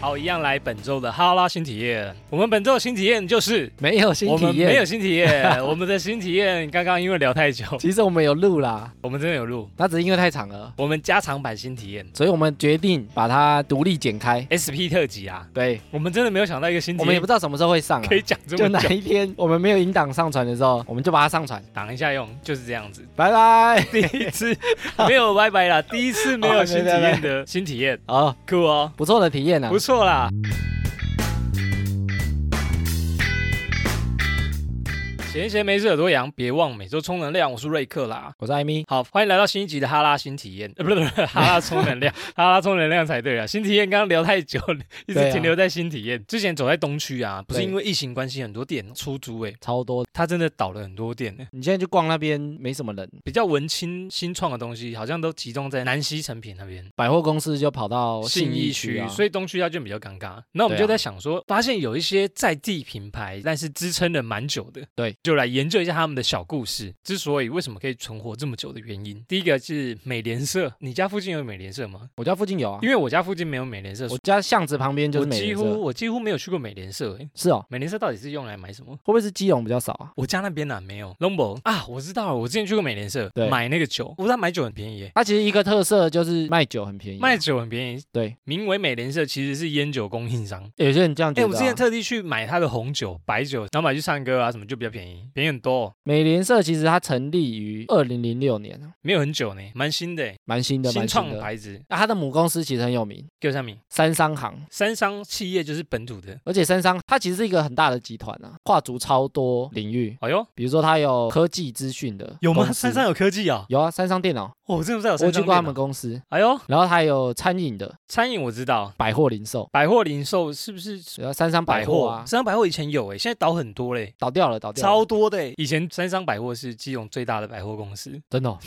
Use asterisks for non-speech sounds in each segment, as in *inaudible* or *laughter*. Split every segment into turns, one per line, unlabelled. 好，一样来本周的哈拉新体验。我们本周的新体验就是
没有新
我
体
们没有
验。
新体
*laughs*
验，我们的新体验刚刚因为聊太久，
其实我们有录啦，
我们真的有录，
那只是因为太长了，
我们加长版新体验
所以我们决定把它独立剪开。
SP 特辑啊。
对，
我们真的没有想到一个新
我
体
们也
验
不知道什么时候会上、啊
可，以讲这
就
么
哪
久，
一天我们没有引档上传的时候，我们就把它
*laughs*
上传。
挡一下用，就是这样子。
拜拜。
第一次没有拜拜啦，第一次没有新体验的新体验，
哦，
酷哦，
不错的体验啊
不。错啦。闲闲没事耳朵痒，别忘每周充能量。我是瑞克啦，
我是艾米，
好，欢迎来到新一集的哈拉新体验，呃，不是不是哈拉充 *laughs* 能量，哈拉充能量才对啊。新体验刚刚聊太久，一
对
直
啊
停留在新体验。之前走在东区啊，不是
对
因为疫情关系，很多店出租诶、
超多。
它真的倒了很多店、欸，
你现在去逛那边没什么人，
比较文青新创的东西，好像都集中在南西成品那边。
百货公司就跑到
信义
区
区，
啊。
所以东区它就比较尴尬。那我们
对啊
就在想说，发现有一些在地品牌，但是支撑了蛮久的，
对，
就来研究一下他们的小故事，之所以为什么可以存活这么久的原因。第一个是美联社，你家附近有美联社吗？
我家附近有啊
因，为我家附近没有美联社，
我家巷子旁边就是
我
美
几
联
乎
社。
我几乎没有去过美联社、欸。
是哦，
美联社到底是用来买什么？
会不会是基隆比较少啊？
我家那边哪、没有 l o m b o 啊？我知道了，我之前去过美联社
对
买那个酒，我知道买酒很便宜、欸，
它其实一个特色就是卖酒很便宜啊，
卖酒很便宜。
对，
名为美联社其实是烟酒供应商。
有些人这样
哎、
觉
我
得
之前
啊。
特地去买他的红酒、白酒，然后买去唱歌啊什么，就比较便宜，便宜很多、
美联社其实它成立于二零零六年啊，
没有很久呢，蛮新的欸，
蛮新的，
新
蛮
创
的。
牌子。
那它的母公司其实很有名，
给我下面，
三商行，
三商企业就是本土的。
而且三商它其实是一个很大的集团啊，跨足超多领域，
哎呦，
比如说它有科技资讯的
有吗？
公司
三商有科技啊、
有啊，三商电脑，
哦，我真的不知道有
我
三
去
商
过他
电
们
脑。
公司，
哎呦，
然后它有餐饮的，
餐饮我知道，
百货零售，
百货零售是不是
然后三商百货啊
三，商百货以前有哎，现在倒很多嘞，
倒掉了，倒掉了，
超多的欸。以前三商百货是基隆最大的百货公司， *laughs*
真的哦，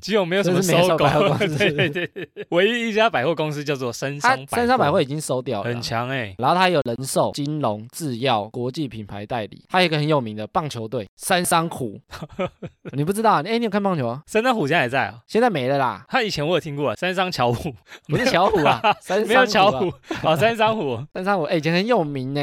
基隆没有什么
这是没有
收购
百货，公司
*laughs* 对对对，对唯一一家百货公司叫做三
它
商
三商百货已经收掉了
很
啊。
强哎，
然后它有人寿、金融、制药、国际品牌代理，还有一个很有名的棒球队三
*laughs*
商虎，你不知道啊？哎，你有看棒球啊？
三商虎现在还在啊。
现在没
*laughs*
了啦，
他以前我有听过三商巧虎，
不是巧虎啊，三商
没有
巧
巧，虎，哦，三商虎， *laughs*
三商虎哎，以前很有名呢。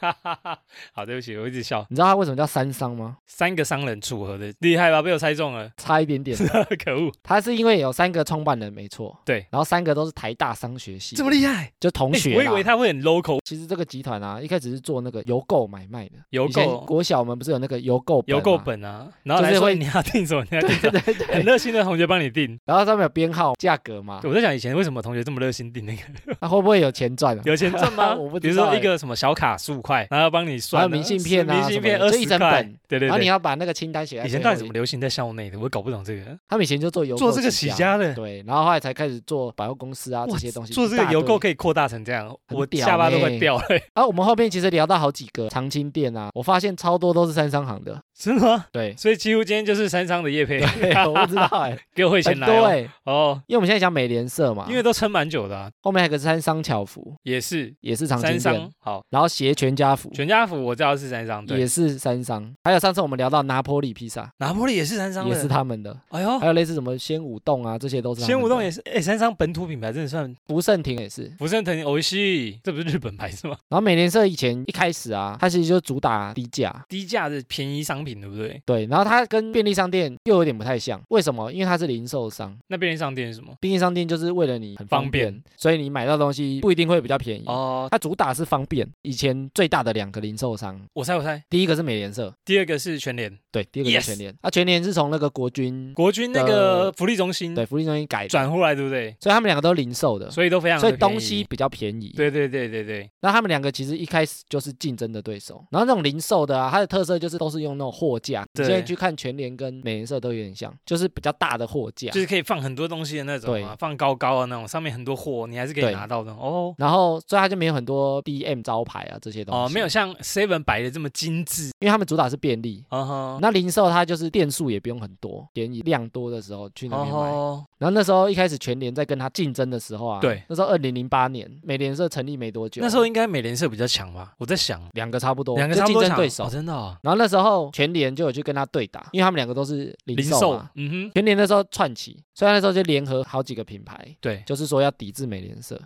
哈哈哈。好，对不起，我一直笑。
你知道它为什么叫三商吗？
三个商人组合的，厉害吧？被我猜中了， *laughs*
差一点点，
可恶，
它是因为有三个创办人，没错，
对，
然后三个都是台大商学系，
厉害？哎
就同学啊
我以
啦
为他会很 local，
其实这个集团啊，一开始是做那个邮购买卖的。
邮
以前
购
国小我们不是有那个邮购
哦邮购
吗？
本啊，然后
就
来
是
说
会
你要订什么，你要订什
*laughs*
么，
对 *laughs* 对
很 *laughs*
对，
热心的同学帮你订。
然后上面有编号、价格嘛，
我在想以前为什么同学这么热心订那
*laughs*
个，
那会不会有钱赚啊？
有钱赚吗？
*laughs* 我不
比如
知道
说一
欸
个什么小卡十五块，然后帮你算啊，
还有明信片啊
明信片
什么
二
的就一
十
整
块
本，
对对
然后你
对。
要把那个清单写在
以前
最
到底
后
怎
一
么流行在校内的？我搞不懂这个，
他们以前就做邮购
做这个起
家，
家的，
对，然后后来才开始做百货公司啊这些东西。
做这
一大
个邮购
堆，
可以扩大成这样，
很
我
屌欸
下巴都
呢
快掉了。
然后我们后面其实聊到好几个长青店啊，我发现超多都是三商行的。
真的吗？，
对
*laughs*
*laughs*
所以几乎今天就是三商的叶配，
对我不知道哎，
*laughs* 给我汇钱
很
来哦
多哎，
哦，
因为我们现在讲美联社嘛，
因为都撑蛮久的啊，
后面还有个三商巧福，
也是
也是长青
三
店，
商好。
然后携全家福
全家福我知道是三商，对
也，是三商，还有上次我们聊到拿坡里披萨
拿破里也是三商
也是
的，
他们的，
哎呦
还，有类似什么仙舞洞啊，这些都是他们
仙
的
舞洞也是，哎，三商本土品牌真的算
福盛庭也是。
福盛腾欧哦西，这不是日本牌是吗？
然后美联社以前一开始啊，它其实就主打低价。
低价的便宜商品对不对？
对，然后它跟便利商店又有点不太像，为什么？因为它是零售商，
那便利商店是什么？
便利商店就是为了你很
方
方便，所以你买到东西不一定会比较便宜。
哦，
它主打是方便。以前最大的两个零售商，
我猜我猜，
第一个是美联社，
第二个是全联
对，第二个
Yes
是全联。啊，全联是从那个国军
国军那个福利中心
对福利中心改的，
转过来对不对？
所以他们两个都零售的，
所以都非常
所以
的便宜
东西比较便宜。
对对对对对，
那他们两个其实一开始就是竞争的对手，然后那种零售的啊，它的特色就是都是用那种货架。你
对
现在去看全联跟美联社都有点像，就是比较大的货架
就。是可以放很多东西的那种啊，
对
放高高的那种，上面很多货，你还是可以
对
拿到的哦。
然后，所以它就没有很多 DM 招牌啊这些东西
哦，没有，像 Seven 摆的这么精致，
因为他们主打是便利。
哦吼，
那零售它就是店数也不用很多，便宜量多的时候去那
哦
边买。
吼，
然后那时候一开始全联在跟他竞争的时候啊，
对，
那时候二零零八年美联社成立没多久，
那时候应该美联社比较强吧？我在想，
两个差不多，
两个
就
差不
哦竞
多
争
强
对手
哦。真的哦，
然后那时候全联就有去跟他对打，因为他们两个都是零
零
售嘛
售，嗯哼，
全联那时候串起，所以他那时候就联合好几个品牌，
对， *laughs*
就是说要抵制美联社，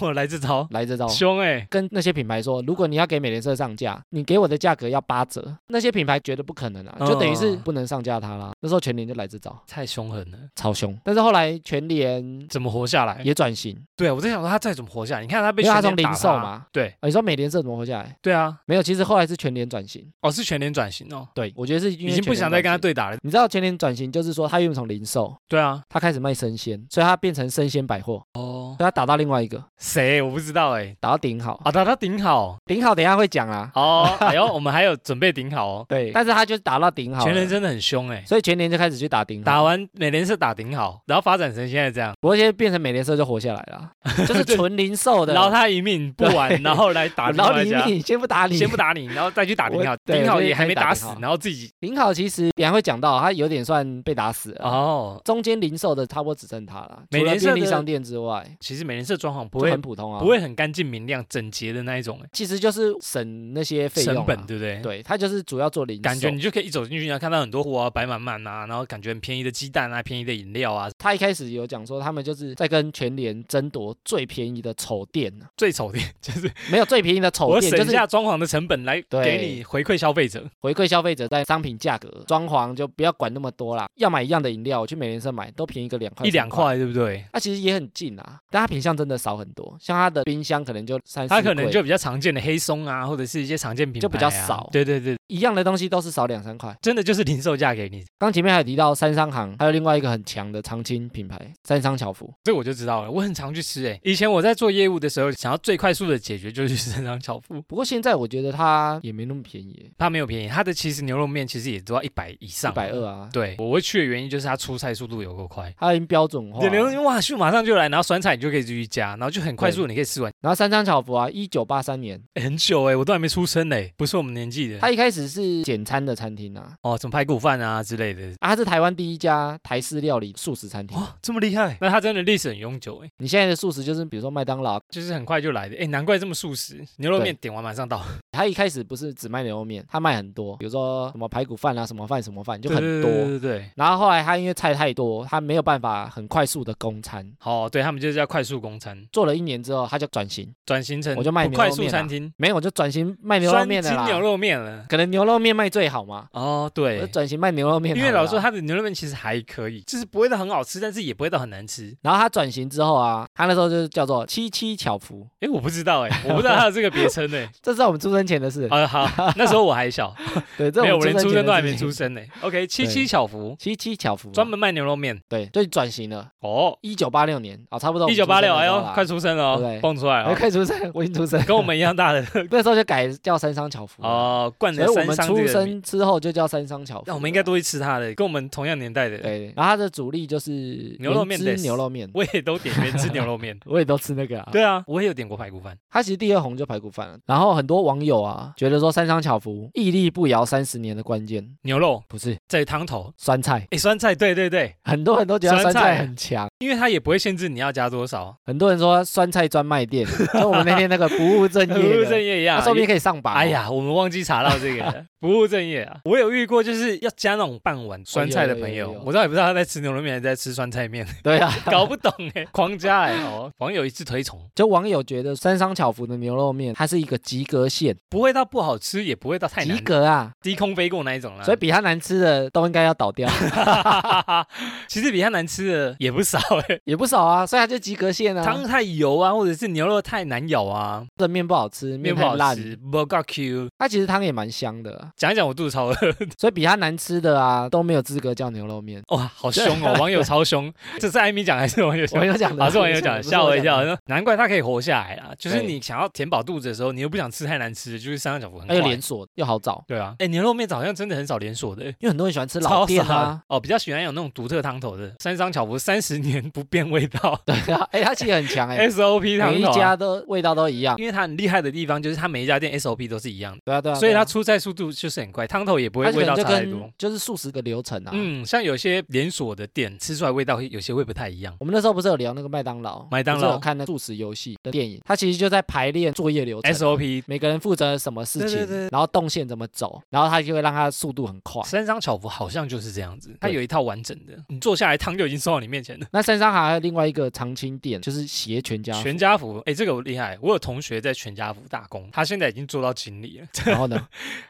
我来这招，
来
*laughs*
这招。
凶哎，
跟那些品牌说，如果你要给美联社上架，你给我的价格要八折。那些品牌觉得不可能啊，就等于是
嗯
不能上架它啦。那时候全联就来这招，
太凶狠了，
超凶。但是后来全联
怎么活下来？
也转型，
对啊，我在想说他再怎么活下来，你看哎他被
因为他
全联
从零
打
售
趴
嘛，
对
啊，你说美联社怎么活下来？
对啊，
没有，其实后来是全联转型。
哦是全联转型哦，
对，我觉得是因为
已经不想再跟他
全联转型。
对打了，
你知道全联转型就是说，他原本从零售，
对啊，
他开始卖生鲜，所以他变成生鲜百货，
哦
所以他打到另外一个，
谁我不知道哎，
打到顶好，哦
啊打他顶好
顶好等一下会讲啦。
哦，哎呦我们还有准备顶好哦，
对，但是他就是打到顶好了，嗯
全联真的很凶哎，
所以全联就开始去打顶好，
打完美联社打顶好，然后发展成现在这样，
不过现在变成美联社就活下来了，
*laughs*
啊就是纯零售的，
饶他一命不玩，然后来打
我
另
饶
外一
你
家
一。命，先不打你。
先不打你，然后再去打顶好
我，对
顶好
我觉得
也还
可
没
以打
打
顶
死
好，
然后自己
林好其实等一下会讲到，他有点算被打死了。
哦，
中间零售的差不多只剩他了，
美
除了
联社
便
的
利商店之外，
其实美联社装潢不
就
会
很普通啊，
不，会很干净明亮整洁的那一种，哎
其实就是省那些费用啊
成本对不对？。
对，他就是主要做零售，
感觉你就可以一走进去，然后看到很多货啊，摆满满啊，然后感觉很便宜的鸡蛋啊，便宜的饮料啊，
他一开始有讲说他们就是在跟全联争夺最便宜的丑店啊，
最丑的就是
没有最便宜的丑
我
店，
省
就
一
是
下装潢的成本来
对
给你回馈消费者。
回馈消费者在商品价格、装潢就不要管那么多啦，要买一样的饮料，我去美联社买都便宜个两块，
一两
三块。
块，对不对？
它、其实也很近啊，但它品相真的少很多，像它的冰箱可能就三，
它可能
四
就
柜
比较常见的黑松啊，或者是一些常见品牌、啊、
就比较少
对对对，
一样的东西都是少两三块。
真的就是零售价给你，
刚前面还有提到三商行，还有另外一个很强的常青品牌三商巧福，
这我就知道了。我很常去吃诶、欸以前我在做业务的时候，想要最快速的解决就是去吃三商巧妇，
不过现在我觉得它也没那么便宜，
它没有便宜，它的其实牛肉面其实也都要一百以
一
上，
百二。啊，
对，我会去的原因就是它出菜速度有够快。
它已经标准化
对，牛肉
了。
面哇，咻，马上就来，然后酸菜你就可以继续加，然后就很快速，你可以吃完。
然后三商巧福啊，一九八三年，
诶很久哎、我都还没出生嘞、不是我们年纪的。
它一开始是简餐的餐厅啊，
哦，什么排骨饭啊之类的。
啊，它是台湾第一家台式料理素食餐厅。
哇、这么厉害！那它真的历史很悠久哎、
你现在的素食就是比如说麦当劳，
就是很快就来的哎、难怪这么速食。牛肉面
对
点完马上到，
它一开始不是只卖牛肉面，它卖很多，比如说什么排骨饭啊，什么饭什么饭就很
对
多。
对对对对。
然后后来它因为菜太多，它没有办法很快速的供餐，
好，对他们就是要快速供餐，
做了一年之后它就转型，
转型成
我就卖
不
牛肉
快
面
速餐
啦
厅，
没有我就转型卖牛肉
酸
面的
筋
啦。
牛肉面了。
可能牛肉面卖最好嘛，
哦，
我就
对，
转型卖牛肉面好
因
了啦。
为老实说它的牛肉面其实还可以，就是不会到很好吃，但是也不会到很难吃。
然后它转型之后啊，它那时候就是叫做七七巧福，
哎，我不知
*laughs*
道哎，我不知道它有这个别称哎。
这是在我们出生前的事。
啊，好，那时候我还小，
对， *laughs* 这
没有，我连
们
出
前
生都
的
还
事
没
情
出。生
*laughs*
呢。OK，七
对
七巧福
七七巧福嘛啊
专门卖牛肉面
对，就转型了。
哦，
一九八六年啊，差不多我
一
们
九八六，
出生
哎
的时候
呦
啦，
快出生了
对不
哦，
对
蹦出来
哎， *laughs*
了哦，
快出生，我已经
*laughs*
出生，
跟我们一样大的，
那时候就改叫三商巧福了。
哦，冠
所
着
以我
三
们
商这
出
个名，
生之后就叫三商巧福了。
那我们应该都会吃它的，跟我们同样年代的，
对。然后它的主力就是
牛肉面
原
des
汁牛肉面，。
我也都点原汁牛肉面
我也都吃那个 *laughs* 啊。
对啊，我也有点过排骨饭。
它其实第二红就排骨饭了。然后很多网友啊，觉得说三商巧福屹立不摇三十年的关键
牛肉
不是
在于汤头，
酸菜，
哎，酸菜，对对对，
很多人都觉得
酸
酸
菜
菜很强，
因为它也不会限制你要加多少，啊
很多人说酸菜专卖店，跟我们那天那个不务正
*laughs* 不务
业
正
的，
业一
他
样。
说不定可以上榜。哦
哎，呀，我们忘记查到这个
*laughs*
了不务正业啊！我有遇过就是要加那种半碗酸菜的朋友，
哦有有有有有
我到底不知道他在吃牛肉面还是在吃酸菜
*laughs*
面，
对啊，
搞不懂
*laughs*
哎，狂加哎哦！网友一致推崇，
就网友觉得三商巧福的牛肉面，它是一个及格线，
不会到不好吃，也不会到太
及
难，嗯
格啊，
低空飞过那一种啦。
所以比它难吃的都应该要倒掉，
*laughs* 其实比它难吃的也不少哎，
也不少啊。所以它就及格线啊。
汤太油啊，或者是牛肉太难咬啊，
的面不好吃，
面
面
不
太
好
烂，
吃，不够 Q。
它其实汤也蛮香的啊、
讲一讲我肚子超饿。 *laughs*
所以比它难吃的啊都没有资格叫牛肉面。
哇，好凶
*laughs*
哦！网友超凶，这是艾米讲还是网友讲？
网友讲的
啊，是网友讲的，
*laughs* 不是
吓我一
不是我
跳
讲。
难怪他可以活下来啦，就是
对
你想要填饱肚子的时候，你又不想吃太难吃的，就是三上脚福很
还有
快
连。锁又好找，
对啊，哎，牛肉面好像真的很少连锁的，欸
因为很多人喜欢吃老
超
店
少
啊
的。哦，比较喜欢有那种独特汤头的。三商巧福三十年变不变味道
*laughs* 对啊，哎，它其实很强
*laughs*
哎，
，SOP
每
汤
一
头啊。
家都味道都一样。
因为它很厉害的地方就是它每一家店 SOP 都是一样的，
对啊，对啊，
所以
对啊
它出菜速度就是很快，汤头也不会
它可
味道
能就
差太多
跟。啊就是数十个流程啊。
嗯，像有些连锁的店吃出来味道会有些会不太一样。
我们那时候不是有聊那个麦当劳，
麦当劳
不是有看那《素食游戏》的电影，它其实就在排练作业流程啊
SOP
每个人负责什么事情，
对对对
然后动线怎么走，然后它就会让它速度很快。
三商巧福好像就是这样子，它
对
有一套完整的，你坐下来汤就已经送到你面前了。
那三商行还有另外一个常青店，就是鞋全家福。
全家福，哎，这个我厉害，我有同学在全家福打工，他现在已经做到经理了，
然后呢，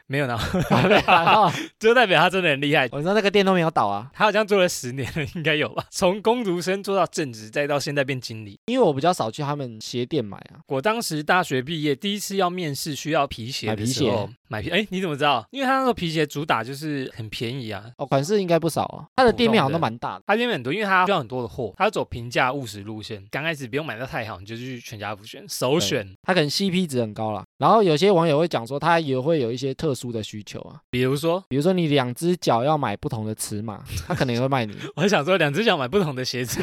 没 *laughs* 有呢，
然后
就代表他真的很厉害。
我哦说那个店都没有倒啊，
他好像做了十年了，应该有吧？从工读生做到正职，再到现在变经理。
因为我比较少去他们鞋店买啊。
我当时大学毕业第一次要面试，需要皮鞋
买
的
皮
时候，买皮哎，你怎么知道？因为他那时候皮鞋主打就是很便宜啊，
哦，款式应该不少啊，它的店面好像都蛮大的。
他店面很多，因为他需要很多的货，他走平价务实路线。刚开始不用买到太好，你就去全家福选，首选。
它可能 CP 值很高啦，然后有些网友会讲说，它也会有一些特殊的需求啊，
比如说，
比如说你两只脚要买不同的尺码，它可能也会卖你。
我想说两只脚买不同的鞋子，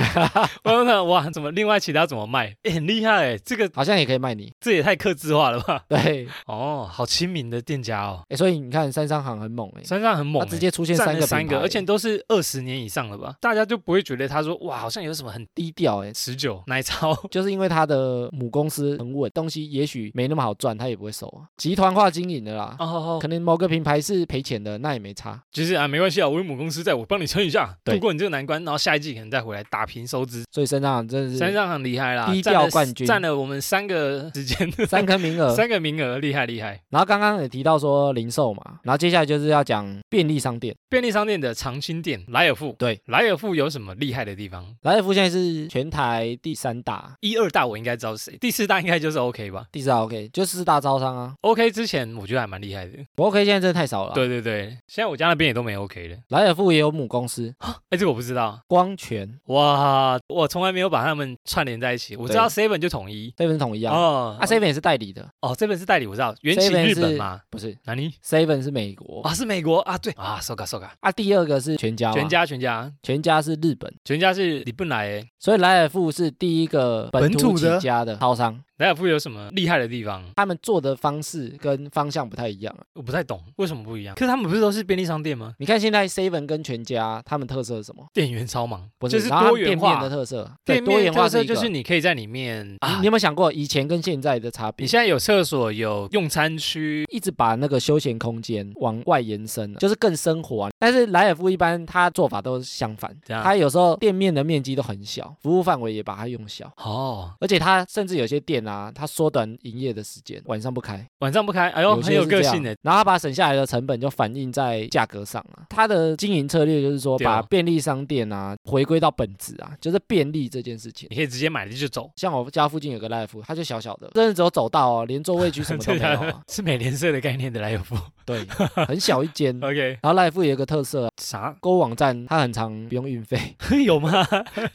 我想哇，怎么另外其他怎么卖？哎，很厉害哎，这个
好像也可以卖你，
这也太克制化了吧？
对，
哦，好亲民的店家哦，
哎，所以你看三商行很猛哎、
山上很猛
它
欸，
直接出现
占
三
了
个
三
品牌
个，
欸
而且都是二十年以上了吧，大家就不会觉得他说哇，好像有什么很
低调哎、
持久 *laughs* 奶
*laughs*
超。
就是因为它的母公司很稳，东西也许没那么好赚，它也不会收啊。集团化经营的啦，
哦，
可能某个品牌是赔钱的，那也没差。
其实啊，没关系啊，我有母公司在，我帮你撑一下，
对
度过你这个难关，然后下一季可能再回来打平收支。
所以身上真的
山
是
上很厉害啦，
低
占
调
了
冠军
占了我们三个时间，
三个名
*laughs*
额。
三个名额，厉害厉害。
然后刚刚也提到说零售嘛，然后接下来就是要讲便利商店。
便利商店的长青店莱尔富，
对，
莱尔富有什么厉害的地方？
莱尔富现在是全台第三大，
一二大我应该知道是谁，第四大应该就是 OK 吧
第四大 OK 就四大招商啊。
？OK 之前我觉得还蛮厉害的，
不过 OK 现在真的太少了啊。
对对对，现在我家那边也都没 OK 了。
莱尔富也有母公司
哎，这个我不知道，
光泉，
哇，我从来没有把他们串联在一起。我知道 Seven 就统一
这边统一啊。
哦，
啊，seven 也是代理的，
哦，Seven 是代理，我知道，原型
Seven
日
是
本嘛，
不是
哪里？
seven 是美国
啊，是美国啊，对啊，so ga so ga，
啊。第二个是全家嘛，
全家全家
全家是日本。
全家是你不来欸。
所以莱尔富是第一个本
本
土
土
起
的
家的超商，
莱尔富有什么厉害的地方？
他们做的方式跟方向不太一样啊。
我不太懂为什么不一样。可是他们不是都是便利商店吗？
你看现在 Seven 跟全家，他们特色是什么？
店员超忙，
不
就是
然后他
多
们店
元
面
化
的。特色，对，
店
多
面
元化
特
是
色
一个。
就是
你
你可以在里面啊
你，有没有想过以前跟现在的差别
你？现在有厕所，有用餐区，
一直把那个休闲空间往外延伸了，就是更生活、啊。但是莱尔富一般他做法都是相反，
这样
他有时候店面的面积都很小，服务范围也把它用小，
哦，
而且他甚至有些店啊，他缩短营业的时间，晚上不开。
晚上不开，哎呦，
些
很有
是
个
这样
性的。
然后他把省下来的成本就反映在价格上啊。他的经营策略就是说，
对啊
把便利商店啊回归到本质啊，就是便利这件事情。
你可以直接买了就走。
像我家附近有个赖夫，他就小小的，真的只有走道哦，连座位区什么都
这
没有、
*laughs*
啊，
是美联社的概念的莱 *laughs* 尔富。
对，很小一
*laughs*
间。
OK，
然后赖夫有一个特色、啊，
啥
购物网站它很常不用运费，
*laughs*
*laughs*
有吗？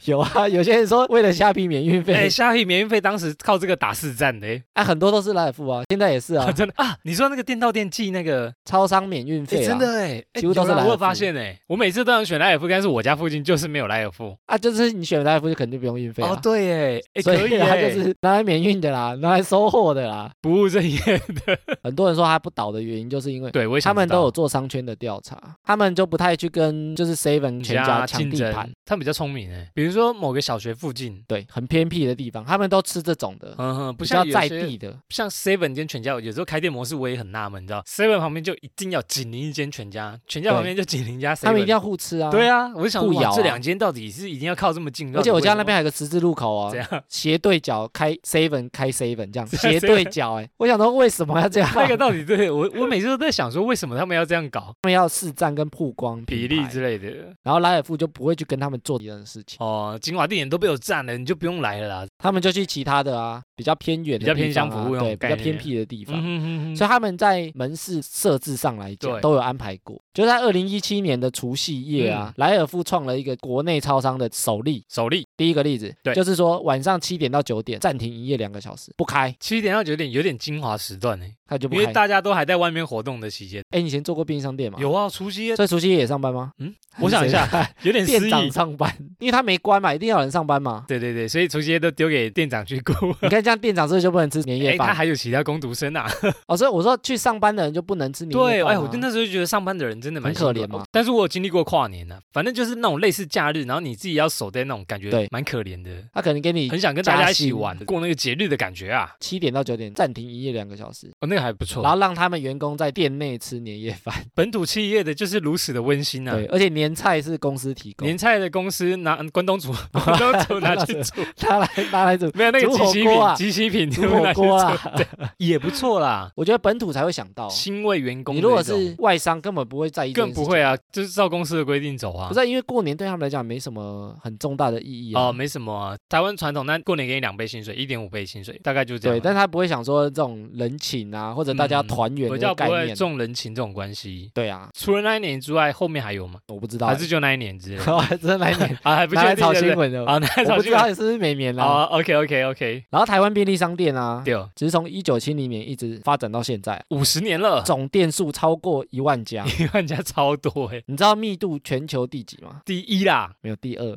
有啊，有些人说为了虾皮免运
哎、
费，
虾皮免运费当时靠这个打四战的、欸
啊，很多都是赖夫啊，现在也是啊，
*laughs* 真的啊！你说那个电到电寄那个，
超商免运
哎、
费啊，
真的哎、欸，哎
几乎都是
有啦
莱尔
我有
富
发现哎、我每次都想选莱尔富，但是我家附近就是没有莱尔富。
啊，就是你选赖夫就肯定不用运费啊。
哦，对哎、哎、
所 *laughs*
可以
它
哎、
就是拿来免运的啦，拿来收货的啦。
不务正业的。
很多人说它不倒的原因，就是因为
对，我也
他
想不
们都有
到
做商圈的调查，他们就不太去跟就是 Seven 全家抢
竞
地盘
争，，他们比较聪明哎、比如说某个小学附近，
对，很偏僻的地方，他们都吃这种的，
嗯哼，不
比
像
较
有
在
些
地的。
像 Seven 跟全家，有时候开店模式我也很纳闷，你知道，Seven 旁边就一定要紧邻一间全家，全家
对
旁边就紧邻一家 Seven，
他们一定要互吃啊。
对
啊。
啊，我就想
互
说哇
咬
这
啊
两间到底是一定要靠这么近，
而且我家
到底
那
为
边还有个十字路口哦
怎样，
斜对角开 seven 开 seven 这样斜对角哎，我想说为什么要这样？
什么
他
*laughs* 那个到底对我我每次都在想说为什么他们要这样搞
们要市占跟曝光
比
品
例
牌
之类的
然后莱尔富就不会去跟他们做一样的事情，
哦，金华地点都被我占了，你就不用来了啦。
他们就去其他的啊，比较偏远的
比较偏
地方
乡
啊
服务那种
对，比
概
较
念
偏僻的地
嗯。
方
哼哼哼
所以他们在门市设置上来讲
对
都有安排过，就是在二零一七年的除夕夜
嗯
啊，莱尔富创了一个国内超商的首例。
首例
第一个例子，
对
就是说晚上七点到九点暂停营业两个小时，不开，
七点到九点有点精华时段呢、欸
他就不
因为
开。
大家都还在外面活动动的期间，
哎，你以前做过便利商店吗？，
有啊，除夕夜，
所以除夕夜也上班吗？
嗯，我想一
*laughs*
下，有点
店
失
长
忆。
上班，因为他没关嘛，一定要有人上班嘛。
对对对，所以除夕夜都丢给店长去顾。
你看这样，店长是不是就不能吃年夜
哎，他
饭？
还有其他工读生啊。
哦，所以我说去上班的人就不能吃年
对，
夜饭啊。
哎，我就那时候就觉得上班的人真的蛮
很可
辛苦
怜
的
嘛。
但是我有经历过跨年啊，反正就是那种类似假日，然后你自己要守在那种感觉
对，
蛮可怜的。
他可能给你
很想跟大家一起
加薪
玩，过那个节日的感觉啊，
七点到九点暂停营业两个小时，
哦，那个还不错
然。后让他们员工在店内吃年夜饭。
本土企业的就是如此的温馨啊
对，。而且年菜是公司提供，
年菜的公司拿关东煮， *laughs* 关东煮拿
*laughs*
去煮，
拿来拿来
*laughs*
煮
没有那个即
煮火
期
锅
品，
啊
即期品
煮
就拿
火
去 *laughs*
锅
煮，
啊。
也不错啦。
我觉得本土才会想
*laughs*
到，
欣慰员工
你
的一
如
种，
果是外商根本不会在意，
更不会。啊，就是照公司的规定走啊
不。是啊因为过年对他们来讲没什么很重大的意义啊。
哦，没什么啊，台湾传统，那过年给你两倍薪水，一点五倍薪水，大概就这样
对，
啊。
但他不会想说这种人情啊，或者大家
嗯
团圆
比
的
较不
概
会
念。
重人情这种关系。
对啊，
除了那一年之外，后面还有吗？
我不知道欸， *laughs*
还是就那一年之类的？
真的来年
啊， *laughs* 还不
拿
确
来
定
炒
对不
新
对
闻的，
啊，那
我
早
不知
就
道是不是每年啦。
啊，OK OK OK，
然后台湾便利商店啊，
对，哦
只是从一九七零年一直发展到现在，啊
五十年了， *laughs*
总店数超过一万家。
一万家超多哎，
你知道密度全球第几吗？
第一啦，
没有第二，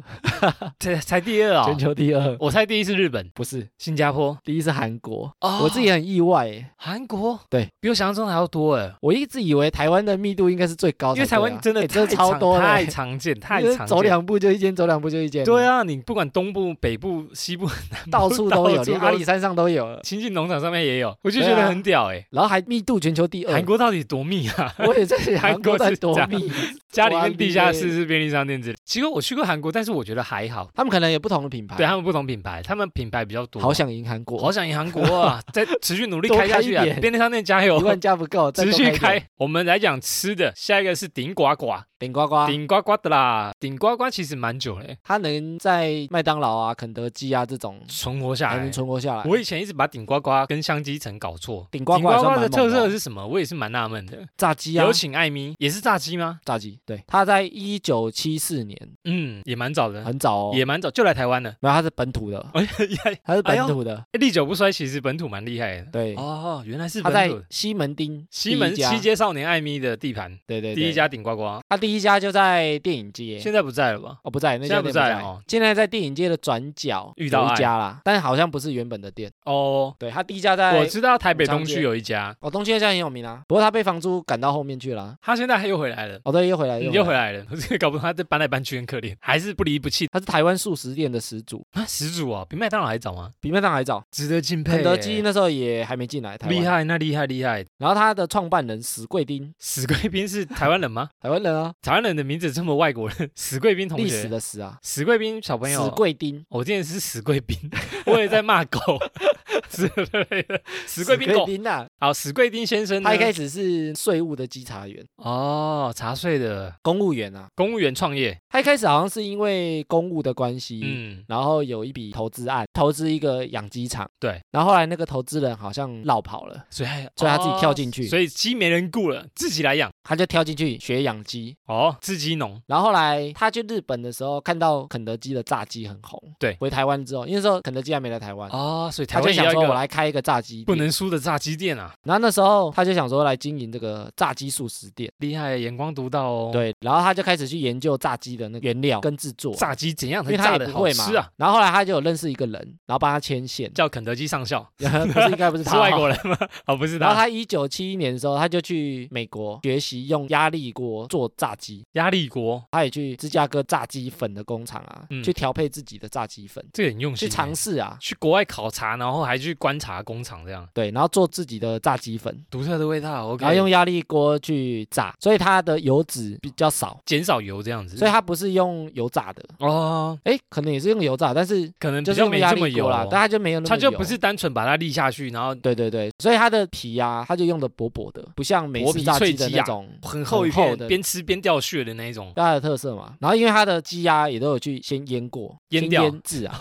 才才第二啊、
全球第二
我猜第一是日本、
不是，
新加坡，
第一是韩国。
哦
我自己很意外欸耶，
韩国，
对，
比我想象中的还要多哎，
我一直以为台湾的密度应该是最高的，
因为台湾啊真的
哎真
太
的超
常
多的
太
耶，
常见， *laughs* 太
就是
常
走
见。
两步就一间，走两步就一间。
对
啊，
啊，你不管东部、北部、西部、南部，
到处都
*laughs*
有，
到处
连阿里山上都有。
亲近农场上面也有，我就觉
对啊
得很屌哎、
然后还密度全球第二，
韩国到底多密啊？ *laughs*
我也在想
韩
韩国
国
在
是
多
这样
密，
*laughs* 家里跟地下
哇
室是便利商店之类。其实我去过韩国，但是我觉得还好。
他们可能有不同的品牌。
对他们不同品牌，他们品牌比较多。啊
好想赢韩国，
好想赢韩国 *laughs* 啊！再持续努力
多
开下
开
去
一
啊！
点
便利商店加油
一！万家不够，再
持
多
续
一点
开。我们来讲吃的，下一个是顶呱呱，
顶呱呱。
顶呱呱的啦，顶呱呱其实蛮久欸嘞，
它能在麦当劳啊、肯德基啊这种
存活下
还
来
能。存活下来。
我以前一直把顶呱呱跟香鸡城搞错。
顶呱
顶
呱也
呱呱
算
的
蛮猛
特
的
色
哦
是什么？我也是蛮纳闷的。
炸鸡啊
有，请艾咪也是炸鸡吗？
炸鸡。对，它在一九七四年
嗯，也蛮早的，
很早哦，
也蛮早就来台湾
*laughs*
了。
没有，它是本土的，
哎呀，
它是本土的。
历久不衰，其实本土蛮厉害的。
对，
哦，原来是
它
本
在
土的。
西门町
西门
第一家
西，街少年艾咪的地盘，
对对，对
第一，家顶呱呱，
它第一家就在电影街。
现在不在了吧？
哦，不在，那
现在
家
不
店
在
在
哦。
现在在电影街的转角
遇到
有
爱
一家啦，但好像不是原本的店。
哦，
对，它第一家
我
在
知道台北
昌
东区
街
有一家，
哦东区那家很有名啊，不过它被房租赶到后面去了啊。
他现在又回来了。
哦，对，又回来，
你又回来了，我 *laughs* 这个搞不懂，他这搬来搬去很可怜，还是不离不弃
它是台湾素食店的始祖，
啊！始祖啊，比麦当劳还早吗？
比麦当劳还早。
值得敬佩耶，
肯德基那时候也还没进来台湾，
厉。害，那厉害厉害！
然后它的创办人史贵丁，
史贵斌是台湾人
*laughs*
吗？
台湾人啊，
台湾人的名字这么外国人，史贵斌同
历史
学，
的史啊，
史贵斌小朋友，哦
史贵丁，
我之前是史贵斌， *laughs* 我也在骂
*laughs*
狗之类的，史贵斌
史
狗。
丁啊，
好，史贵斌先生呢，
他一开始是税务的稽查员，
哦，茶税的
公务员啊，
公务员创业，
他一开始好像是因为公务的关系。
嗯，
然后有一笔投资案，投资一个养鸡场。
对，
然后后来那个投资人好像落跑了，
所以
所以他自己跳进
哦
去
所以鸡没人雇了，自己来养。
他就跳进去学养鸡。
哦，自鸡农，
然后后来他去日本的时候，看到肯德基的炸鸡很红，
对
回台湾之后，因为那时候肯德基还没来台湾，
哦，所以台
他就
湾也
想
要一
说我
个
来开一个炸鸡店
不能输的炸鸡店啊，
然后那时候他就想说来经营这个炸鸡素食店，
厉害，眼光独到哦。，
对，然后他就开始去研究炸鸡的那个原料跟制作，
炸鸡怎样
因
才
为他
炸
也
的
不
好
会嘛
吃啊？。，
然后后来他就有认识一个人，然后帮他牵线
*laughs* 叫肯德基上
*laughs*
校，
不是应该不是
是
他
外国
人。
人吗？ *laughs* 哦，不是
然后
他，
他一九七一年的时候，他就去美国学习用压力锅做炸鸡，
压力锅，
他也去芝加哥炸鸡粉的工厂啊，
嗯欸
去调配自己的炸鸡粉，
这个很用
去
心耶。
尝试啊，
去国外考察，然后还去观察工厂，这样
对，然后做自己的炸鸡粉，
独特的味道。OK，
然后用压力锅去炸，所以它的油脂比较少，
减少油这样子。
所以它不是用油炸的，
哦，
哎，可能也是用油炸，但是
可能嗯比
就是
较
用
没
压
这么
力
油哦
锅啦，但它就没有那么
它就
油
不是单纯把它沥下去，然后
对对对，所以它的皮啊，它就用的薄薄的，不像美
薄
式
皮
炸
脆
鸡的
鸡
那
啊
种种
很厚一
很
片
厚，的
边吃边掉屑的那一种。 *laughs*
对它的特色嘛。然后因为它的鸡鸭也都有去先腌过，
腌
先
掉
腌制啊，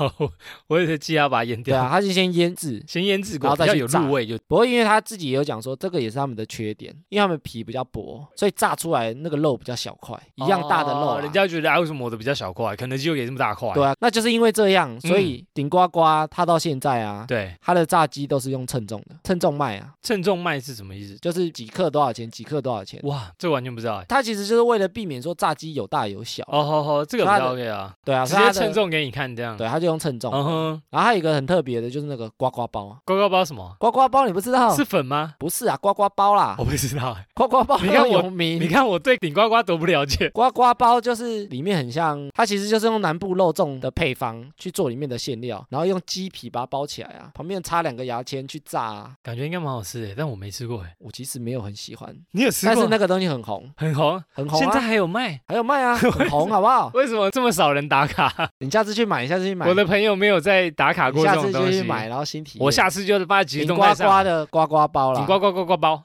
我也是鸡鸭把它腌
对
掉，
啊，它是先腌制。
先腌制
然
过，
后
比
再
较
去
有
炸
入味就。
不过因为他自己也有讲说，这个也是他们的缺点，因为他们皮比较薄，所以炸出来那个肉比较小块，一样大的肉啊、
哦人家觉得啊，为什么我的比较小块，肯德基就给这么大块？
对啊，那就是因为这样，所以顶呱呱它到现在啊，
嗯对，
它的炸鸡都是用称重的，称重卖啊，
称重卖是什么意思？
就是几克多少钱，几克多少钱。
哇，这完全不知道欸。
它其实就是为了避免说炸鸡有大有小，
哦，好好，这个比
它
较
的
OK 啊，
对啊，
直
所以
接
它的
称，重给你看这样。
对，它就用称重。
嗯哼，
然后还有一个很特别的，就是那个呱呱包啊，
呱呱包什么？
呱呱包你不知道？
是粉吗？
不是啊，呱呱包啦
我，不知道欸，
呱呱包
你看
很有
我
名，
你看我对顶呱呱多不了解。
呱呱包就是里面很像，它其实就是用南部肉粽的配方去做里面的馅料，然后用鸡皮把它包起来啊，旁边插两个牙签去炸啊。
感觉应该蛮好吃的，但我没吃过哎。
我其实没有很喜欢，
你有吃过？
但是那个东西很红，
很红，
很红
现在
啊，
还有卖。
还有卖
*laughs*
啊，很红好不好？
为什么这么少人打 *laughs* 卡？
你下次去买，下次去买，
我的朋友没有在打卡
你
过这
下次
种
就
东
去
西。
买，然后新体验。
我下次就是把它集
顶
中
呱
在
呱
上。
的呱呱包啦
顶，呱呱呱呱包，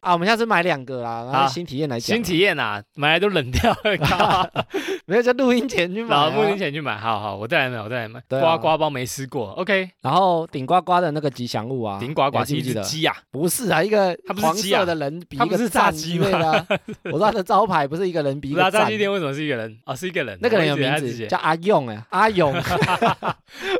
啊，我们下次买两个啦，然
好
后新体验来讲啊。
新体验啊，买来都冷掉 *laughs* 了。靠
没有就录音前去买
老
啊。
目前去买，好好，我再来买，我再来买。
对
呱
啊
呱包没吃过，OK，
然后顶呱呱的那个吉祥物啊，
顶呱
你
呱
还
是一
记不记
只
得？
鸡呀，
不是啊，一个
它不是
黄
鸡啊
色的人比
它
一
不是
个
炸
赞
鸡
之类的啊。 *laughs* 我知道它的招牌不是一个人比一
不知道
个
炸
赞
鸡。店为什么是一个人啊？是一个人，
那个人有
我一直以为
名
他自
字
己
叫阿用哎，阿勇，
*laughs*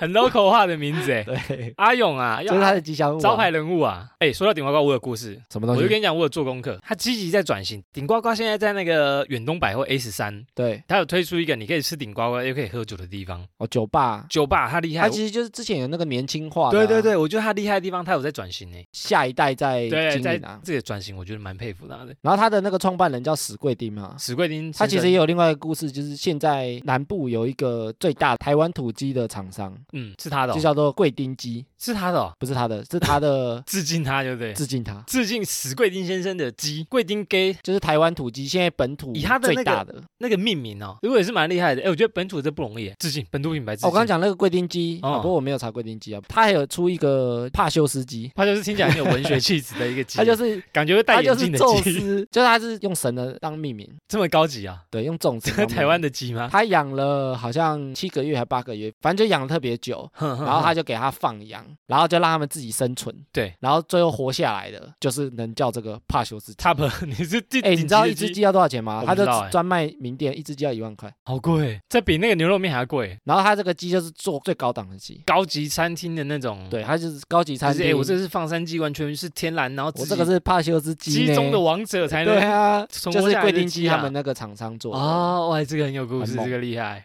很 local 化的名字
*laughs*
哎，
对，
阿勇啊，
这是他
要
的吉祥物啊。
招牌人物啊。哎，说到顶呱呱，我有故事，
什么东
我就
西？
跟你讲，我有做功课，它积极在转型。顶呱呱现在在那个远东百货 A 十三，
对，
它有推出一个你可以吃顶呱呱又可以喝酒的地方，
哦，酒吧，
酒吧它厉害
它。其实就是之前有那个年轻化的
对
啊，
对对，我觉得它厉害的地方，它有在转型呢。
下一代在
对，
经
在
营啊。
这个转型，我觉得蛮佩服他的。
然后他的那个创办人叫史贵丁嘛，
史贵丁先生，
啊他其实也有另外一个故事，就是现在南部有一个最大台湾土鸡的厂商，
嗯是他的哦
就，叫做贵丁鸡，
是他的哦，
不是他的，是他的
致敬他，对不 *laughs* 对？
致敬他。
致敬史贵丁先生的鸡，贵丁给
就是台湾土鸡现在本土
以它的那个
最大的。哦
那个命名哦，如果也是蛮厉害的。哎，我觉得本土这不容易耶，致敬本土品牌致敬。
哦我刚刚讲那个贵丁鸡，
哦
啊不过我没有查贵丁鸡啊，它还有出一个帕修斯鸡，
他就是听起来很有文学气质的一个鸡，
*laughs* 它就是
感觉会戴
它就
眼
是
镜的
宙
鸡，
斯，就是它是用神的当命名，
这么高级
*laughs*
啊？
对，用粽子当命
*laughs*
名。
台湾的鸡吗？
他养了好像七个月还八个月，反正就养了特别久。
然
*laughs* 然后
*laughs*
他就给它放养，然后就让它们自己生存。
对，
然后最后活下来的，就是能叫这个帕修斯鸡。
top，你是第
哎，你知道一
只
只鸡要多少钱吗
我？不
它就
知道哎
专卖名店，一只鸡要一万块。
好贵，这比那个牛肉面还贵，
然后它这个鸡就是做最高档的鸡，
高级餐厅的那种。，
对，它就是高
嗯
级
就
餐
是
厅。
哎，我这是放山鸡，完全是天然，然后
我
自
这
己
个是帕修斯鸡
鸡
呢
中的王者才
对
能。
啊，
存
就
活
是
下来
贵
的
丁
鸡
鸡他
啊
们那个厂商做的。
哦，哇，这个很有故事，
很猛
这个厉 *laughs* 害。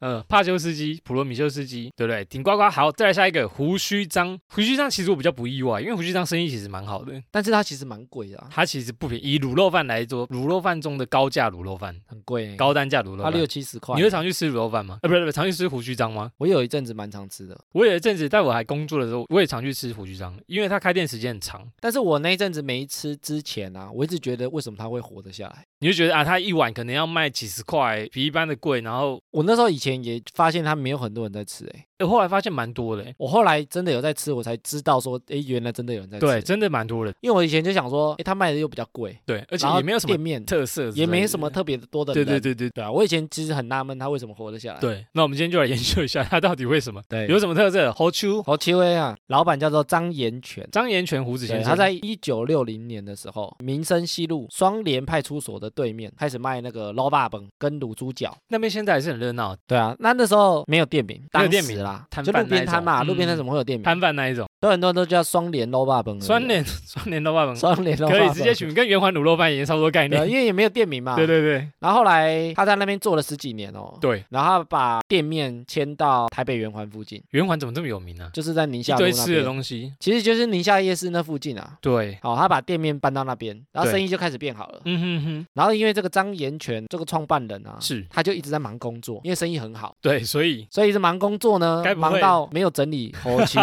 嗯，帕修斯基、普罗米修斯基，对不对？顶呱呱，好，再来下一个胡须章。胡须章其实我比较不意外，因为胡须章生意其实蛮好的，
但是它其实蛮贵的、啊，
它其实不便宜。以卤肉饭来说，卤肉饭中的高价卤肉饭，
很贵欸、
高单价卤肉
它
饭。
六七十块
你。会常去吃卤肉饭吗？呃，不是，不是，常去吃胡须章吗？
我有一阵子蛮常吃的，
我有一阵子在我还工作的时候，我也常去吃胡须章，因为它开店时间很长，
但是我那一阵子没吃之前啊，我一直觉得为什么它会活得下来。
你就觉得啊，它一碗可能要卖几十块，比一般的贵。然后，
我那时候以前也发现它没有很多人在吃、欸，
呃后来发现蛮多的、欸，
我后来真的有在吃，我才知道说，哎、原来真的有人在吃。
对，真的蛮多的，
因为我以前就想说，哎、它卖的又比较贵，
对，而
而
且也没有什么
店面，
特色之类的，
也没什么特别多的
对
人。
对对对
对啊，我以前其实很纳闷它为什么活得下来。
对，那我们今天就来研究一下它到底为什么
对
有什么特色。侯秋
好奇威啊，老板叫做张延全。
张延全胡子先
对，
生，
他在一九六零年的时候，民生西路双联派出所的对面开始卖那个捞霸本跟卤猪脚。
那边现在还是很热闹，
对啊，那那时候没有店名，
没
当
有
时
店名
啦，
摊
就
贩
路边
那一
摊嘛，
种
路边
嗯
摊怎么会有店名？
摊贩那一种，
都很多人都叫双联捞霸本而已啊，
酸脸 *laughs* 酸脸肉饭粉
双联捞霸
可
本，
以直接取跟圆环卤肉饭也差不多概
对啊，
*laughs* 念。
因为也没有店名嘛。
对对对
然后后来他在那边做了十几年哦，
对，
然后他把店面迁到台北圆环附近，
圆环怎么这么有名呢？
就是在宁
一
夏路
堆
那
吃的
边，
东西，
其实就是宁夏夜市那附近啊。
对，
好，他把店面搬到那边，然后
对
生意就开始变好了。
嗯哼哼，
然后因为这个张延全这个创办人啊，
是
他就一直在忙工作，因为生意很好，
对，所以
所以一直忙工作呢，呢
该不会
忙到没有整
*laughs*
理喉丘，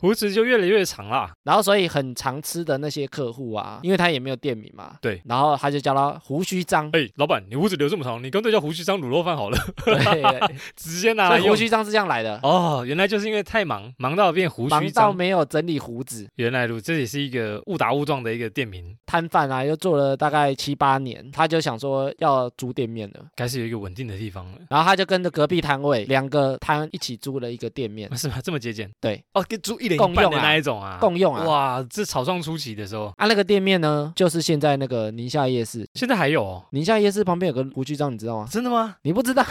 胡子就越来越长啦。
然后所以很常吃的那些客户啊，因为他也没有店名嘛，
对
然后他就叫他胡须章，
哎、老板，你胡子留这么长，你干脆叫胡须张卤肉饭好了， *laughs*
对， *laughs*
直接拿
所
来
以胡
用。
须章是这样来的，
哦，原来就是因为太忙，忙到变胡
忙
须
到
张。
没有整理胡子，
原来如这也是一个误打误撞的一个店名，
摊贩啊又做了大概七八年，他就想说要租店面了。
该是有一个稳定的地方了。
然后他就跟着隔壁摊位两个摊一起租了一个店面，
是吗？这么节俭？
对，
哦，跟猪一人
共
一半的
用啊
那一种啊，
共用啊。
哇，这草创初期的时候，
啊，那个店面呢，就是现在那个宁夏夜市。
现在还有哦，
宁夏夜市旁边有个胡须章，你知道吗？
真的吗？
你不知道，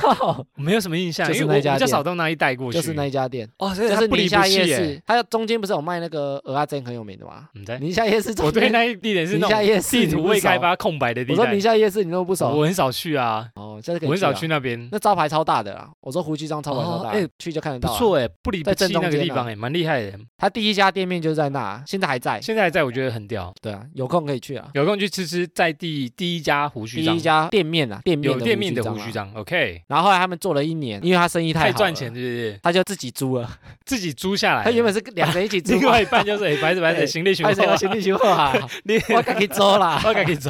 没有什么印象，
就是
因为我
那家
比较
店
少到那一带过去。
就是那一家店，
哦，所以
就
它
是
不离
宁
不
夏
弃
夜
耶。
市。它中间不是有卖那个鹅阿珍很有名的吗？
你在？
宁夏夜市中
我对
间，
那一地点是那
宁夏
种
夜市
地
你
图
不
未
熟
开发空白的地
我说
带
宁，夏夜市你都不熟
我很少去啊，
哦，下次可以
我很
去啊
少去那边。
那招牌超大的啊啦，我说胡须章招牌超大，
哦哎
去就看得
不
到啊。
错哎，不离不
在正
弃那
中
个
间
地
啊
方哎，蛮厉害的。
他第一家店面就在那，啊现在还在。
现在还在我觉得很屌，
对啊，有空可以去啊。
有空去吃吃在地第一家胡须
第
章
一，家店面啊，店面
有店面的
胡
胡
须
须
章啊。
章，OK，
然后后来他们做了一年，因为他生意太好
太
了
赚钱，是不是？
他就自己租了。
自己租下来，
他原本是两个人一起租
另
嘛，
外一半就是哎，白纸白纸
*laughs* 哎
行李全
还
部
是要先进去后
*laughs*
啊，
你
我改给租
*laughs*，
啦
我改给走，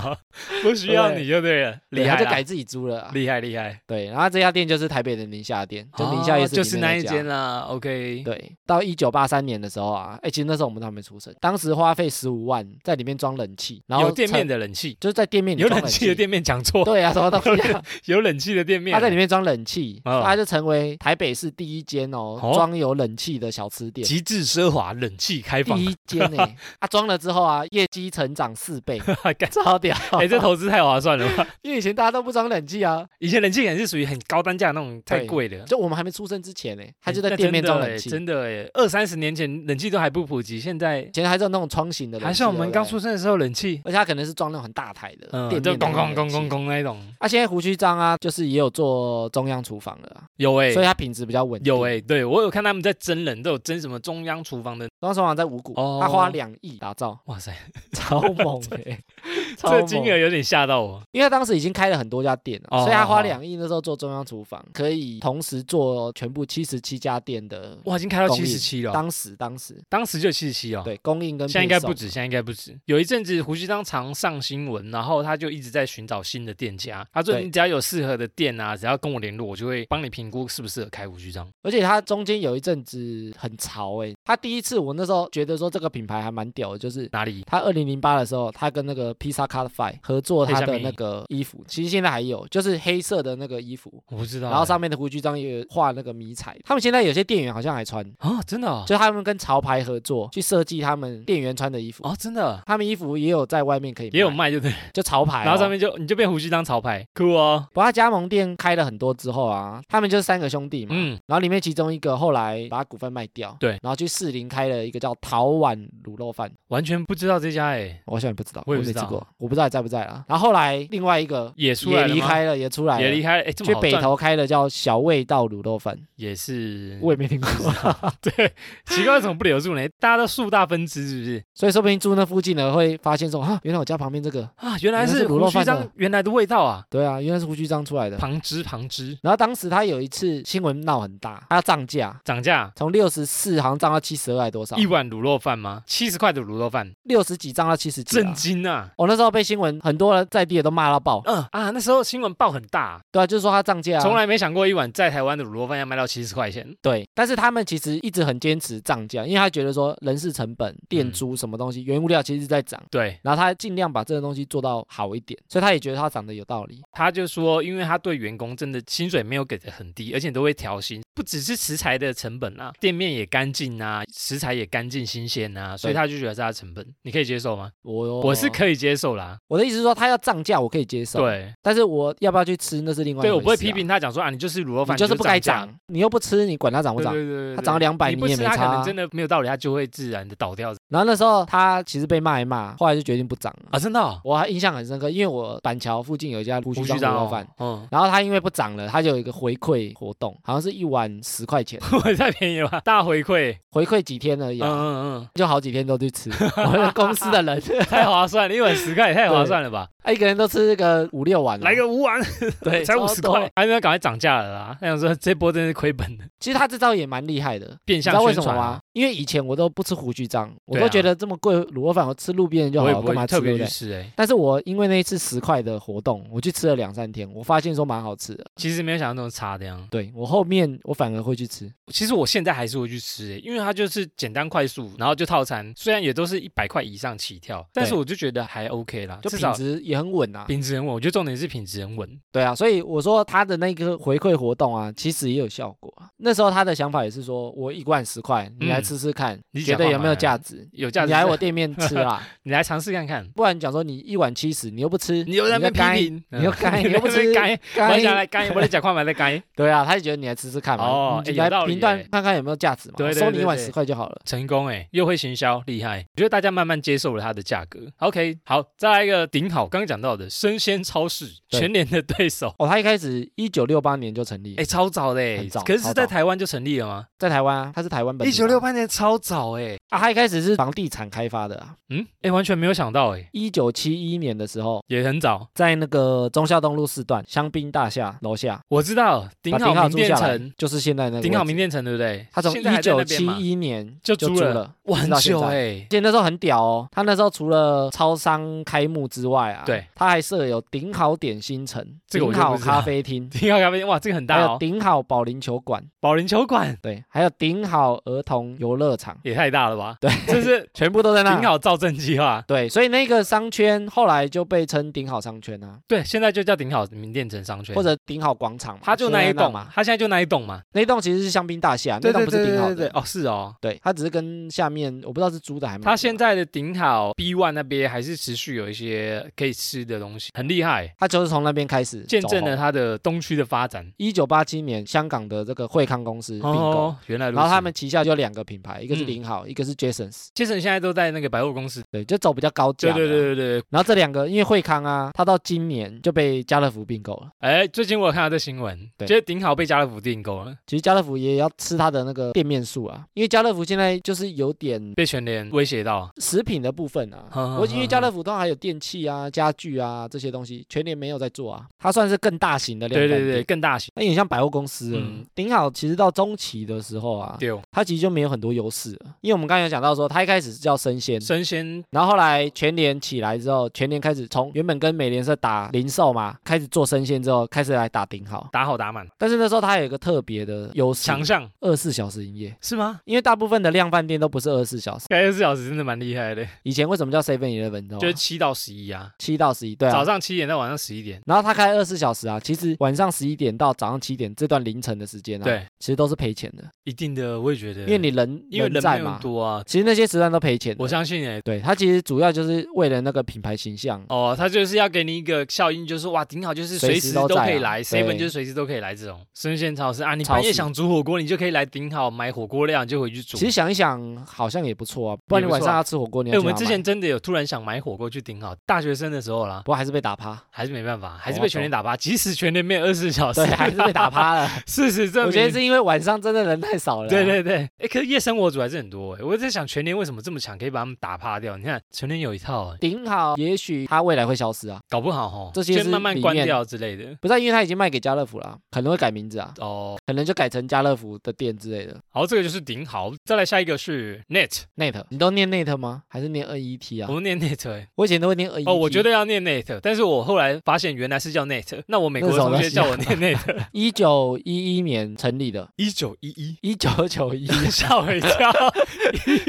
不需要你就对了，
对
哦厉害
他就
啦
改自己租了啊。
厉害厉害，
对，然后这家店就是台北的宁夏店，就宁夏
哦
夜市
就
里
是
面
那
那
一
家
间。啦，OK，
对，到一九八三年的时候啊，哎，其实那时候我们都还没出生，当时花费十五万在里面装冷气，然后
有店面
的，
的冷气，
就是在店面里
有
装
冷气的，店面讲错，
对啊，什么东西啊？
*laughs* 有冷气的店面，
他在里面装冷气，
哦
他就成为台北市第一间哦
哦
装有冷气的小吃店。
极致奢华，冷气开放
第，一间呢、 *laughs* 他装了之后啊，业绩成长四 *laughs* 倍，
*laughs* 干
超屌！
哎，这投资太划算了吧？
*laughs* 因为以前大家都不装冷气啊，
以前冷气可能是属于很高单价那种，太
对
贵了。
就我们还没出生之前呢、欸他就
哎
在
那
店面
真的
装
哎
冷气，以
真的哎，二三十年前冷气都还不普及，现在
前还是有那种窗型的冷气，
还是我们
对不对
刚出，生的时候冷气，
而且他可能是装那种很大台的，
嗯，
店面
就
的
咣
那
咣
种冷
咣
气
咣咣那一种，
啊，现在胡须章啊，就是也有做中央厨房了啊、
有哎
所。以它品质比较稳定。
有哎、对我有看他们在真人，都有真什么中央厨房的，
中央厨房在五股，
哦
他花两亿打造，
哇塞，
超猛哎、 *laughs* 超
*laughs* 这
猛！
金额有点吓到我。
因为他当时已经开了很多家店了，
哦
所以他
哦
花两亿那时候做中央厨房，可以同时做全部七十七家店的。
哇，已经开到
供
七
应
十七了哦，当
当时当时
时就七十七了。
对供应跟
啊现在应该
配
不
送
止，现在应该不止。有一阵子胡须章常上新闻，然后他就一直在寻找新的店家。他说：“
对
你只要有适合的店啊，只要跟我联络，我就会帮你评估适不适合开胡须章。
而且它中间有一阵子很潮哎、欸，他第一次我那时候觉得说这个品牌还蛮屌的，就是”。
哪里？
他二零零八的时候，他跟那个 Pizza Cut Five 合作他的那个衣服，其实现在还有，就是黑色的那个衣服，
我不知道欸。
然后上面的胡须章也有画那个迷彩，他们现在有些店员好像还穿，
啊，真的哦，
就他们跟潮牌合作去设计他们店员穿的衣服，
哦真的
他们衣服也有在外面可以
也有
卖
卖，就对。
就潮牌哦、
然后上面就你就变胡须章潮牌，酷哦。
不过他加盟店开了很多之后啊，他们就是三个兄弟嘛。
嗯，
然后里面其中一个后来把股份卖掉，
对
然后去士林开了一个叫陶碗卤肉饭，
完全不知道这家哎，
我好像也不知道，
我也
没
不知道
吃过，我不知道还在不在了。然后后来另外一个
也出
也
来了
离
吗，
开了，也出来
也离
了，
开了，哎，这么
去
好
北
赚
投开了叫小味道卤肉饭，
也是，
我也没听过，
*laughs* 对，奇怪为什么不留住呢？大家都树大分支是不是？
所以说不定住那附近的会发现说啊，原来我家旁边这个，
啊，原来
原来是
是
卤
胡
肉
须
饭的
章原来的味道啊，
对啊，原来是胡须章出来的。
旁枝旁枝
然后当时他有一次新闻闹很大，他要涨价，
涨价。
从六十四好像涨到七十二还多少，
一碗卤肉饭吗？七十块的卤肉饭，
六十几涨到七十几啊
震。惊啊！
我那时候被新闻很多人在地的都骂到爆，
嗯啊，那时候新闻报很大，
对啊，就是说他涨价、啊，
从来没想过一碗在台湾的卤肉饭要卖到七十块钱。
对，但是他们其实一直很坚持涨价，因为他觉得说人事成本、
嗯
店租什么东西、原物料其实是在涨，
对，
然后他尽量把这个东西做到好一点，所以他也觉得他涨得有道理。
他就说，因为他对员工真的薪水没有给的很低，而且都会调薪，不只是食材的成本啊，店面也干净啊，食材也干净新鲜啊，所以
对
他就觉得是他的成本，你可以接受吗？
我
我是可以接受啦，
我的意思是说他要涨价我可以接受，，
对
但是我要不要去吃那是另外一
对，
回事、
我不会批。评他讲说啊，你就是卤肉
你
饭，
就是不该
涨价，
涨，你又不吃，你管它涨不
对
涨？
对对对，
它涨了
对
两百，
你不
也
吃
没
它
差
可能
啊。
真的没有道理，它就会自然的倒掉
然后那时候他其实被骂一骂，后来就决定不涨了。
啊，真的哦，
我还印象很深刻，因为我板桥附近有一家胡须章卤肉饭，
哦， *laughs*
然后他因为不涨了，他就有一个回馈活动，好像是一碗十块钱，
嗯，我太便宜了吧，大回馈，
回馈几天而已
嗯
啊、
嗯嗯，
就好几天都去吃。我们公司的人
太划算了，一碗十块也太划算了吧？
啊，一个人都吃个五六碗、哦，
来个五碗，
对，
才
超
五十
多
块，。哎，那赶快涨价了啦！那想说这波真是亏本的，
其实他这招也蛮厉害的，
变
你知
相
道为
宣
什么
传
吗
啊。？
因为以前我都不吃胡须章，我
对
都
啊
觉得这么贵卤肉啊饭，我吃路边的就好
我也
了，
不
干嘛
会
吃
特
对
别
不
去吃
对？
哎，
但是我因为那一次十块的活动，我去吃了两三天，我发现说蛮好吃的。
其实没有想象中差的样。
对我后面我反而会去吃，
其实我现在还是会去吃欸，因为它就是简单快速，然后就套餐，虽然也都是一百块以上起跳，但是
对
我就觉得还 OK 啦，
就
至
品
少
质也很稳啊。
品质很稳。我觉得重点是品质很稳，
对啊，所以我说他的那个回馈活动啊，其实也有效果啊。那时候他的想法也是说，我一罐十块，你来
嗯
吃吃看，
你
觉
讲
得
话
有没
蛮
有
好
价值？
有价值
你
是。
来我店面
*laughs*
吃啦，
你来尝试看看，
不然你讲说你一碗七十，你又不吃，
*laughs* 你又在那嗯
就该
边批评， *laughs*
你又该你又不吃
该，我下
该
来该，我的讲话买来该，
对啊，他就觉得你来吃吃看嘛，
哦
你
哎
你
有
来
道理
评断
耶
看看有没有价值嘛，
对对
收你
对
一碗
对
十块就好了。
成功哎，又会行销，厉害！我觉得大家慢慢接受了它的价格。OK，好，再来一个顶好，刚刚讲到的生鲜超市，
对
全年的对 *laughs* 手，
哦，他一开始一九六八年就成立
哎，，超早的哎
很早，
可是
超
是
早
在台湾就成立了吗？
在台湾啊，他是台湾本
一
地嘛
九六八年超早哎，
啊，他一开始是房地产开发的啊。
嗯，哎，完全没有想到哎，
一九七一年的时候，
也很早。
在那个忠孝东路四段香槟大厦楼下，
我知道顶
把
好名
住
店
下来
城，，
就是现在那个
顶好
位置
名店城对不对？
他从
现在还
一
在那
九
边
七
嘛
一年
就
租
租了
了，
哇，很
直到现
久
在
哎
而，且那时候很屌哦，他那时候除了超商开幕之外啊，
对，
他还设有顶好点心城、
这个我
顶
就不
好
知
咖
道
啡
*laughs*
厅，
顶好咖啡哇，这个很
还
大
有
哦，
顶好保龄球馆，
保龄球馆
对，还有顶好儿童游乐场，
也太大了吧？对，啊这 *laughs* 是
全部都在那。
顶好造镇计划。
对，所以那个商圈后来就被称顶好商圈啊，
对，现在就叫顶好名店城商圈，
或者顶好广场嘛，
它就
现在
那一栋
嘛
嘛，，它现在就那一栋嘛。
那一栋其实是香槟大厦，那栋不是顶好的，
哦，是哦。
对，嗯它只是跟下面我不知道是租的还是买的吧。
它现在的顶好 B One 那边还是持续有一些可以吃的东西，很厉害，
它就是从那边开始
见证了
走红。
它的东区的发展。
一九八七年，香港的这个惠康公司并购，
哦，原来如此。
然后他们旗下就有两个品牌，一个是
嗯
林好，一个是 Jasons，
杰森现在都在那个百货公司。
对，就走比较高价。
对对。对对对，
然后这两个，因为惠康啊，它到今年就被家乐福并购了。
哎，最近我有看到这新闻，
对
就是顶好被家乐福订购了，
其实家乐福也要吃它的那个店面数啊，因为家乐福现在就是有点
被全联威胁到。
食品的部分
*laughs*
啊。
哼哼
我因为家乐福通常还有电器啊、家具啊这些东西，全年没有在做啊，它算是更大型的量
对
贩店。
对对，更大型。
那有点像百货公司了。
嗯
顶好其实到中期的时候啊，
对哦，
它其实就没有很多优势了，因为我们刚才有讲到说，它一开始是叫生鲜。
生鲜
然后后来全联起来之后，全联开始从原本跟美联社打零售嘛，开始做生鲜之后，开始来打顶好。
打好打满，
但是那时候它有一个特别的优势，
强项
二十四小时营业，
是吗？
因为大部分的量贩店都不是二十四小时。
开二十四小时真的蛮厉害的，
以前为什么叫 Seven Eleven？你知道
就是
吗？
七到十一啊，
七到十一，哦对
早
啊。
上七点到晚上十一点。
然后它开二十四小时啊，其实晚上十一点到早上七点这段凌晨的时间啊，，
对，
其实都是赔钱的，
一定的，我也觉得，
因为你人
因为人
在
没有
嘛，
多啊，
其实那些时段都赔钱的。
我相信哎、
对它其实主要就是为了那个品牌形象，
哦，他就是要给你一个效应，就是哇，顶好就是
随
随
时
时
都
都
在啊
可以来
对
，seven 就是随时都可以来这种生鲜超市啊，你
超市
半夜想煮火锅，你就可以来顶好买火锅料，你就回去煮。
其实想一想好像也不错啊，不然你
也不错啊
晚上要吃火锅，你
哎、
要
我
去
们
哪
之
买
前真的有突然想买火锅去顶好，大学生的时候啦
不，过还是被打趴，
还是没办法，还
我
是
懂
被全年打趴，即使全年没有二十四小时
哦对，，还是被打趴了。
*laughs* 事实证明，
我觉得是因为晚上真的人太少了啊，
对对对，哎，可是夜生活组还是很多哎、我在想全年为什么这么强，可以把他们打趴掉？你看全年有一套、哎
顶好，也许它未来会消失啊，
搞不好哦，
这些
就是慢慢
里
关
面
掉之类的
不是啊因为它已经卖给家乐福了，可能会改名字啊，
哦。
可能就改成家乐福的店之类的。
好，这个就是顶好。再来下一个是 net，、
Net，你都念 Net 吗？还是念 NET 啊
我？们念 net 欸
我以前都会念 NET。
哦，我觉得要念 net，但是我后来发现原来是叫 net，那我美国的同学叫 *laughs* 我念 net，
一九一一年成立的，。
一九一一
一九
*laughs*
九一，
吓我一跳！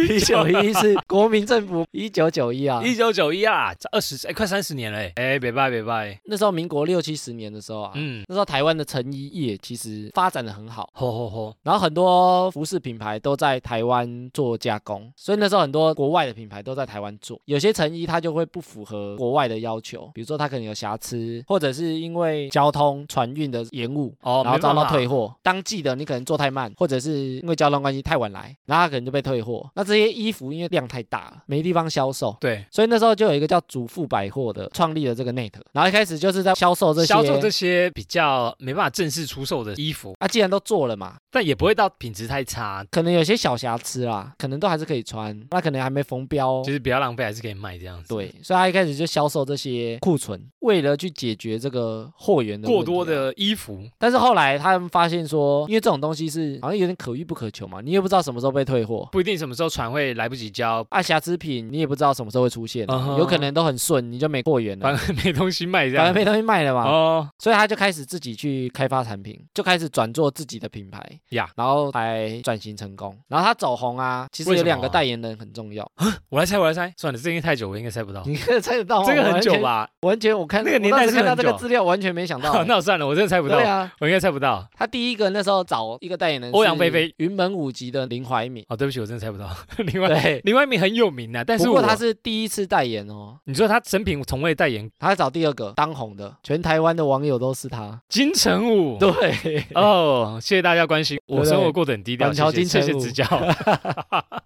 一九一是国民政府，一九九一啊，
*laughs* 一九九一啊，这二十哎，快三十年了哎哎，别拜别拜，
那时候民国六七十年的时候啊，
嗯，
那时候台湾的成衣业其实发展的很好，
吼吼吼，
然后很多服饰品牌都在台湾做加工，所以那时候很多国外的品牌都在台湾做，有些成衣它就会不符合国外的要求，比如说它可能有瑕疵，或者是因为交通船运的延误。
哦，
然
没
后遭
办
到
法
退货，当季的你可能做太慢，或者是因为交通关系太晚来，然后他可能就被退货。那这些衣服因为量太大了，没地方销售。
对，
所以那时候就有一个叫主妇百货的创立了这个 Net，然后一开始就是在销售这些，
销售这些比较没办法正式出售的衣服，
啊，既然都做了嘛，
但也不会到品质太差，
可能有些小瑕疵啦，可能都还是可以穿，那可能还没缝标
其。实比较浪费，还是可以卖这样子。
对，所以他一开始就销售这些库存，为了去解决这个货源的问题啊
过多。的衣服，
但是后来他们发现说，因为这种东西是好像有点可遇不可求嘛，你也不知道什么时候被退货，
不一定什么时候船会来不及交，
啊，瑕疵品你也不知道什么时候会出现啊、
嗯哼
有可能都很顺，你就没货源了，
反正没东西卖这
反
样
正。没啊东西卖了嘛。
哦，
所以他就开始自己去开发产品，就开始转做自己的品牌
呀
然后才转型成功。然后他走红啊，其实
为什
有
么
两个
啊
代言人很重要， *laughs*
我来猜，我来猜，算了，这应该太久，我应该猜不到。
你可以猜得到吗？
这个
哦我
很
完
久
全？
吧？
完全我看
那个年代
我当时
是
看
很
到这个
久啊
资料，完全没想到、
*laughs*
欸
那我算了，我真的猜不到
对，啊，
我应该猜不到。
他第一个那时候找一个代言人是
欧阳菲菲，
云门舞集的林怀民。
哦，对不起，我真的猜不到。另外，
对，
另外一名很有名啊，但是
不
我
过他是第一次代言哦，
你说他成品从未代言
他找第二个当红的，全台湾的网友都是他。
金城武。
对， *laughs*
哦，谢谢大家关心，
对
我
不对
生活过得很低调，
板桥
谢谢
金城
谢谢
武
指
*laughs*
教。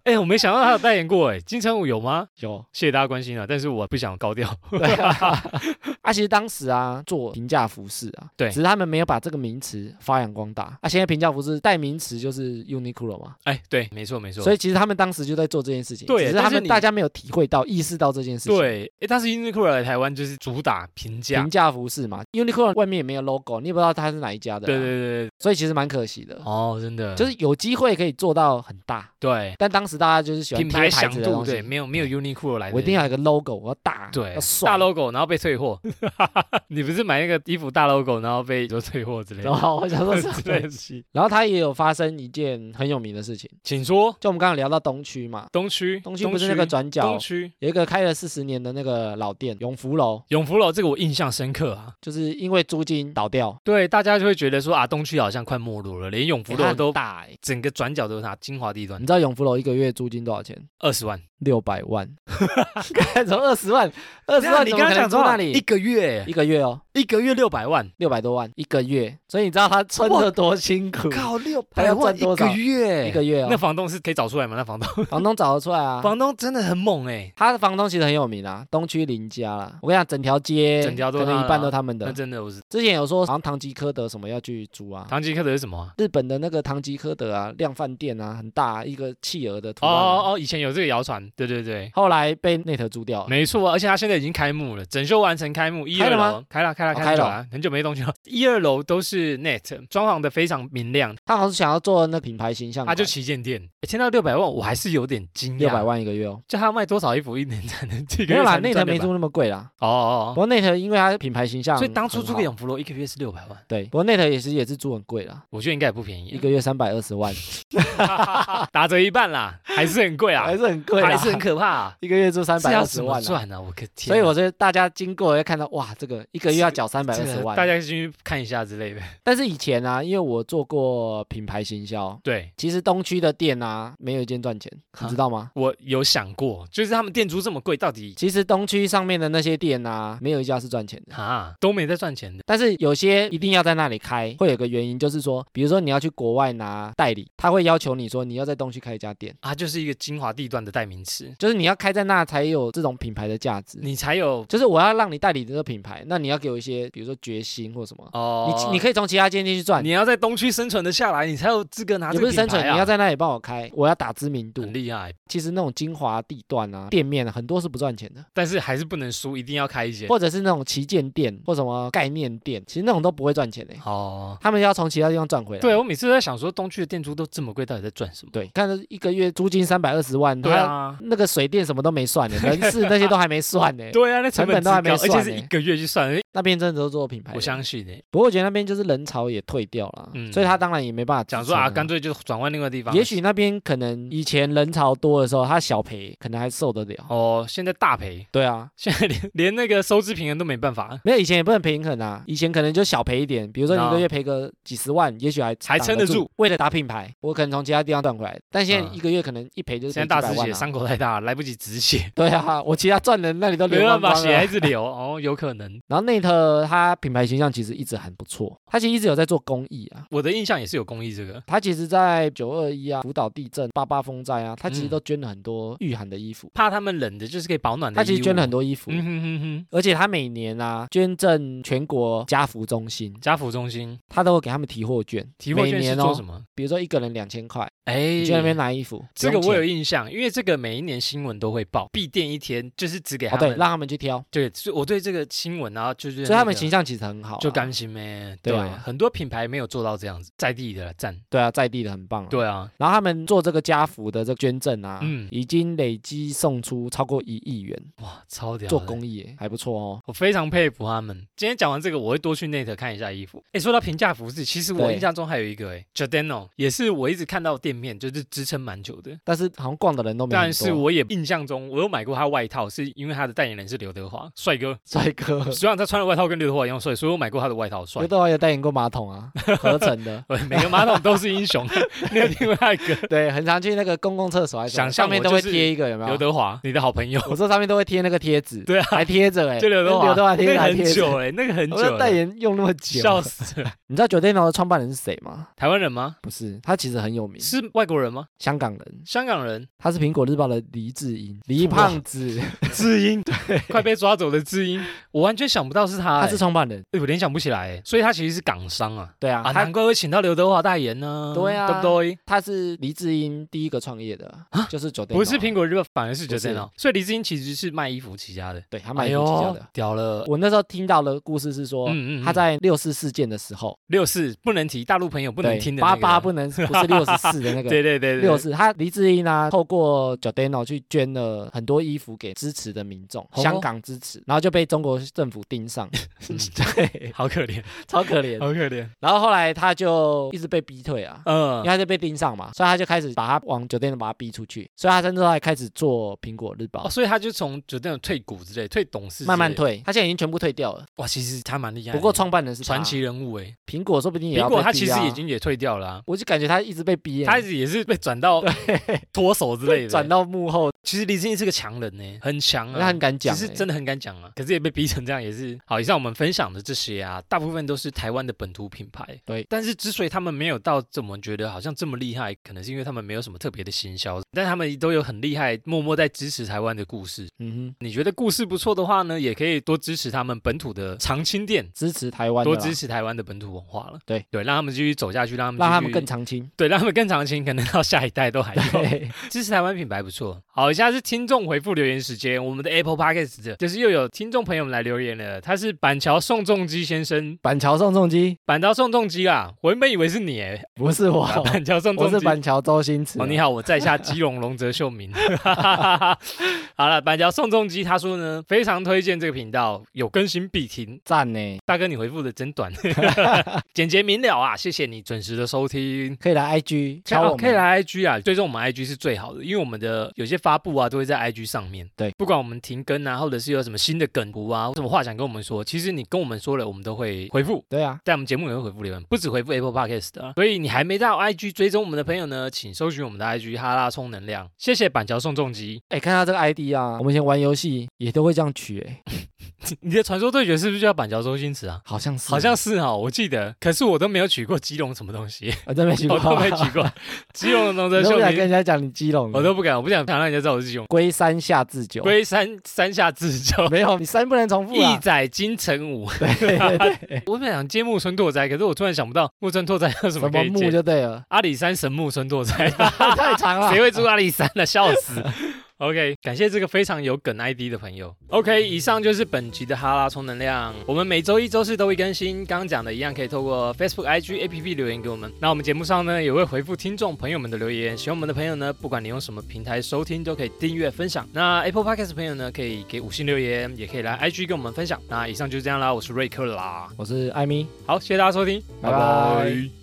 哎、我没想到他有代言过，哎，金城武有吗？
有。
谢谢大家关心啊，但是我不想高调。 *laughs*
对啊， *laughs* 啊，其实当时啊做平价服饰啊，
对
只是他们没有把这个名词发扬光大。啊，现在平价服饰代名词就是 Uniqlo 嘛，
哎，对，没错没错。
所
以
以其实他们当时就在做这件事情，
对
只是他
但是
们
你
大家没有体会到、意识到这件事情。。
对，哎，但是 Uniqlo 来台湾就是主打平价
平。价服饰嘛，Uniqlo 外面也没有 logo，你也不知道它是哪一家的、啊
对对，对对，
所以其实蛮可惜的，
哦，真的
就是有机会可以做到很大，
对
但当时大家就是喜欢
品
贴
牌
牌
响
子的东
度，
西，
对，没有没有 Uniqlo 来的，
我一定要有一个 logo，我要大，
对
要帅，
大 logo，然后被退货。 *laughs* 你不是买那个衣服大 logo，然后被说退货之类
然
的。
后我想说什
*laughs* 之类的
么？然后它也有发生一件很有名的事情，
请说
就我们刚刚聊到东区嘛，
东区，
东区不是那个转角
东区
有一个开了四十年的那个老店永福楼，
永福楼这个我印象深刻啊。
就是因为租金倒掉，
对，大家就会觉得说啊，东区好像快没落了，连永福
欸它
楼
很
都
大哎、
整个转角都是它，精华地段
你知道永福楼一个月租金多少钱？
二十万。
六百
*laughs*
万，干什么二十万？二十万
你
怎
刚刚
么可能
讲
住
多
那
少？
里
一个月，
一个月哦，
一个月六百万，
六百多万一个月，所以你知道他撑的多辛苦，
靠，六
他要赚多少
月
一个月
那
哦。
房东是可以找出来吗？那房东，
*laughs* 房东找得出来啊，
房东真的很猛哎，
他的房东其实很有名啊，东区林家啦。我跟你讲，整条街
整条都
可
他
能
的
一
啊
半都他们
那
的。
真的我是
之前有说好像唐吉诃德什么要去租啊，
唐吉诃德是什么啊？
日本的那个唐吉诃德啊，量饭店啊，很大、一个企鹅的
哦
图案啊、
哦哦，以前有这个谣传，对对对，
后来被内特租掉了。
没错，啊而且它现在已经开幕了，整修完成开幕，一
哦开
二
了吗
楼开了开了
哦
开了啊，很久没动去了。 *laughs* 一二楼都是 net，装潢的非常明亮，
他好像是想要做那品牌形象
它
馆，
就旗舰店，诶签到六百万，我还是有点惊讶。
六百，万一个月哦。
就他要卖多少衣服一年才能这个
*laughs* 没
月
有啦，
才能
内
赚
特
600
没租那么贵啦。
哦
不
哦
过内特因为他品牌形象
哦，
很好，
所以当初租给永福楼一个月是六百万，
对，不过内特也是也是租很贵啦，
我觉得应该也不便宜，
一个月三百二十万，
*laughs* 打折一半啦，还是很贵啊
还，是很贵啦，
还是很可怕啊。
一个月租三
这
百
要
二
怎
十
么
万啦。
赚啊？我个天！
所以我觉得大家经过会看到，哇，这个一个月要缴三百二
啊这
十
个
万。
大家进去看一下之
*laughs*
类的。
但是以前啊，因为我做过品牌行销，
对，
其实东区的店啊，没有一间赚钱，你知道吗？
我有想过，就是他们店租这么贵，到底
其实东区上面的那些店啊，没有一家是赚钱的。
啊都没在赚钱的。
但是有些一定要在那里开，会有个原因，就是说，比如说你要去国外拿代理，他会要求你说你要在东区开一家店，
啊，就是一个精华地段的代名词，
就是你要开在那才有这种品牌的价值。
你才有
就是我要让你代理这个品牌，那你要给我一些，比如说决心或什么，
哦，
你你可以从其他间店去赚
你，要在东区生存的下来，你才有资格拿
也
这
不
个
是
品牌
生
啊。
存，你要在那里帮我开，我要打知名度
很。厉害，
其实那种精华地段啊，店面啊很多是不赚钱的，
但是还是不能输，一定要开一间。
或者是那种旗舰店或什么概念店，其实那种都不会赚钱的、
哦，
他们要从其他地方赚回来。
对我啊每次都在想说，东区的店租都这么贵，到底在赚什么？
对，看这一个月租金三百二十万，
对
他
啊，。
那个水电什么都没算呢，欸人事那些都还没算呢
对啊，那成
成本
之
都还没
高，而且
算
是
欸
一个月去算，哎
那边真的都做品牌的，
我相信诶。
不过我觉得那边就是人潮也退掉了，
嗯
所以他当然也没办法
讲
支
说
撑
啊，干。脆就转换另外地方。
也许那边可能以前人潮多的时候，他小赔可能还受得了。
哦，现在大赔，
对啊，
现在连连那个收支平衡都没办法，
没有以前也不能平衡啊，以前可能就小赔一点，比如说你一个
啊
月赔个几十万，也许还
还撑
得
得住。
为了打品牌，我可能从其他地方赚回来，但现在
嗯
一个月可能一赔就是
现在大
赔几百
师
万
姐
啊。
伤口太大，来不及止血，
对啊，我其他赚的那里都
没
流
办
光
法，
光
血还
*laughs* 了。
是流。哦，有可能。
然后内特的它品牌形象其实一直很不错，它其实一直有在做公益啊。
我的印象也是有公益这个，
它其实，在九二一啊、福岛地震、八八风灾啊，它其实都捐了很多御寒的衣服。
怕他们冷的，就是可以保暖的。
它其实捐了很
嗯多，
多衣服，
嗯哼哼哼，
而且它每年啊捐赠全国家福中心，
家福中心
它都会给他们提货券。
提货券
每
是
年
做
哦
什，么？
比如说一个人两千块，
哎
你去那边拿衣服，
这
不
个
用
我有
钱
印象，因为这个每一年新闻都会报，闭店一天就是只给他
哦，对，
们。
让他们去挑，
对，所以我对这个新闻啊，就是
所以他
那
们
个
形象其实很好啊，
就甘心呗。
对
对
啊，
很多品牌没有做到这样子，在地的赞。
对啊，在地的很棒啊。
对啊，
然后他们做这个家福的这个捐赠啊，
嗯
已经累积送出超过一亿元，
哇，超屌的，
做公益耶还不错哦。
我非常佩服他们。今天讲完这个，我会多去 Net 看一下衣服。哎，说到平价服饰，其实我
对
印象中还有一个哎，Giordano 也是我一直看到店面，就是支撑蛮久的。
但是好像逛的人都没有
但
很多，
是我也印象中，我有买过他外套，是因为他的代言人是刘德华，帅哥。
帅
*laughs*
哥，
虽然他穿的外套跟刘德华一样帅，所以我买过他的外套，帅
刘。德华也代言过马桶
*laughs*。
啊，合成的
呃每个马桶都是英
*laughs*
雄，你有听过那个
对，啊很常去那个公共厕所还是什么，
想象
上
我
面都会
就是
贴一个，有没
刘
有？
德华，你的好朋友？
我说上面都会贴那个贴纸，
对啊
还贴着哎，
就刘德华，
刘德华贴
那
着
个
还
很
贴着，
久哎，那个很
我说
久
代
了，
言用那么久，啊
笑死了。
你知道酒店楼的创办人是谁吗？
台湾人吗？
不是，他其实很有名，
是外国人吗？
香港人，
香港人？
他是苹果日报的黎智英，黎胖子，
知音，对，快被抓走的知音，我完全想不到是他，
他
哎
是创办人，
哎我联想不起来，哎所以他其实是港商啊。
对啊
啊，，
他
难怪会请到刘德华代言呢，
对啊
对不对？
他是黎智英第一个创业的，啊就是酒
啊
店，
不是苹，果日报，反而是
不是
Giordano，所以李志英其实是卖衣服起家的，
对他买
哎
衣服
呦
起家的。
屌了，
我那时候听到的故事是说，
嗯嗯嗯
他在六四事件的时候，
六四不能提，大陆朋友不
不
能听的那
八
个
八不能不是六十四的那个。
*laughs* 对对对对，
六四，他黎智英呢，透过 Jordano 去捐了很多衣服给支持的民众，
哦
香港支持，然后就被中国政府
*laughs*
盯上，
嗯
对，
好可怜，
超可怜。
好可怜，
然后后来他就一直被逼退啊，因为
嗯，
他就被盯上嘛，所以他就开始把他往酒店把他逼出去，所以他甚至后来开始做苹果日报
哦，，所以他就从酒店退股之类，退董事，
慢慢，退，他现在已经全部退掉了。
哇，其实他蛮厉害的，
不过创办人是他
哎传奇人物哎，
苹果，说不定也要
苹果
被
他
逼
其实
啊
已，经也退掉了啊。
我就感觉他一直被逼耶，啊
他一直也是被转到脱手之类的，
转到幕后，
其实李志英是个强人呢，很强
他
啊
很，敢
其
讲欸耶，
实真的很敢讲啊，可是也被逼成这样，也是好。以上我们分享的这些啊，大部分都是台湾的本土品牌。
对
但是之所以他们没有到怎么觉得好像这么厉害，可能是因为他们没有什么特别的行销，但他们都有很厉害，默默在支持台湾的故事。
嗯哼，
你觉得故事不错的话呢，也可以多支持他们本土的常青店。
支持台湾的
多
啦，
支持台湾的本土文化了，
对
对，让他们继续走下去，让他们
让他
继
们
续
更
*laughs*
长青。
对，让他们更长青，可能到下一代都还有。
对，
支持台湾品牌不错。好，以下是听众回复留言时间，我们的 Apple Podcast 的就是又有听众朋友们来留言了，他是板桥宋仲基先生，
板桥宋仲基
板桥宋仲基啦，我原本以为是你诶，
不是我，
板桥宋
哦我
仲
是
基。
板桥周星驰。啊
哦，你好，我在下基隆龙泽秀明。 *laughs* 好了，板桥宋仲基他说呢，非常推荐这个频道，有更新必听。
赞欸呢，
大哥，你回复的真
*laughs*
短， *laughs* 简洁明了啊！谢谢你准时的收听。
可以来 IG
可以
敲我
哦
们，
可以来 IG 啊，追踪我们 IG 是最好的，因为我们的有些发布啊都会在 IG 上面。
对
不管我们停更啊，或者是有什么新的梗图啊，有什么话想跟我们说，其实你跟我们说了，我们都会回复。
对啊，
在我们节目也会回复留言，不只回复 Apple Podcast 的啊、所以你还没到 IG 追踪我们的朋友呢，请搜寻我们的 IG 哈拉充能量。谢谢板桥宋仲基， *laughs*
哎，看到这个 ID 啊，我们以前玩游戏也都会这样取，哎，
你的传说对决是不是就叫板桥周星驰啊？
好像是，
好像是哦，我记得，可是我都没有取过基隆什么东西，
我哦真没取过，
哦我都没取过基隆的农
*laughs*
村
你都
秀
不想跟人
明，
家讲你基隆，欸
我都不敢，我不想想让人家知道我是基隆。
龟山下智久，
龟山山下智久，
没有，你 *laughs* 三不能重复
一
啊。
载金城武。
*laughs* 对对对
*laughs* 我本来想接木村拓哉，可是我突然想不到木村拓哉有什
什
么
么
可以
木
接。
就对了， *laughs*
阿里山神木村拓哉，
太长 *laughs* 了。
谁会住阿里山呢、啊笑死。OK，感谢这个非常有梗 ID 的朋友。OK，以上就是本集的哈拉充能量。我们每周一、周四都会更新，刚刚讲的一样，可以透过 Facebook、IG、APP 留言给我们。那我们节目上呢也会回复听众朋友们的留言。喜欢我们的朋友呢，不管你用什么平台收听，都可以订阅分享。那 Apple Podcast 的朋友呢，可以给五星留言，也可以来 IG 跟我们分享。那以上就是这样啦，我是瑞克啦。
我是艾米，
好，谢谢大家收听，
拜拜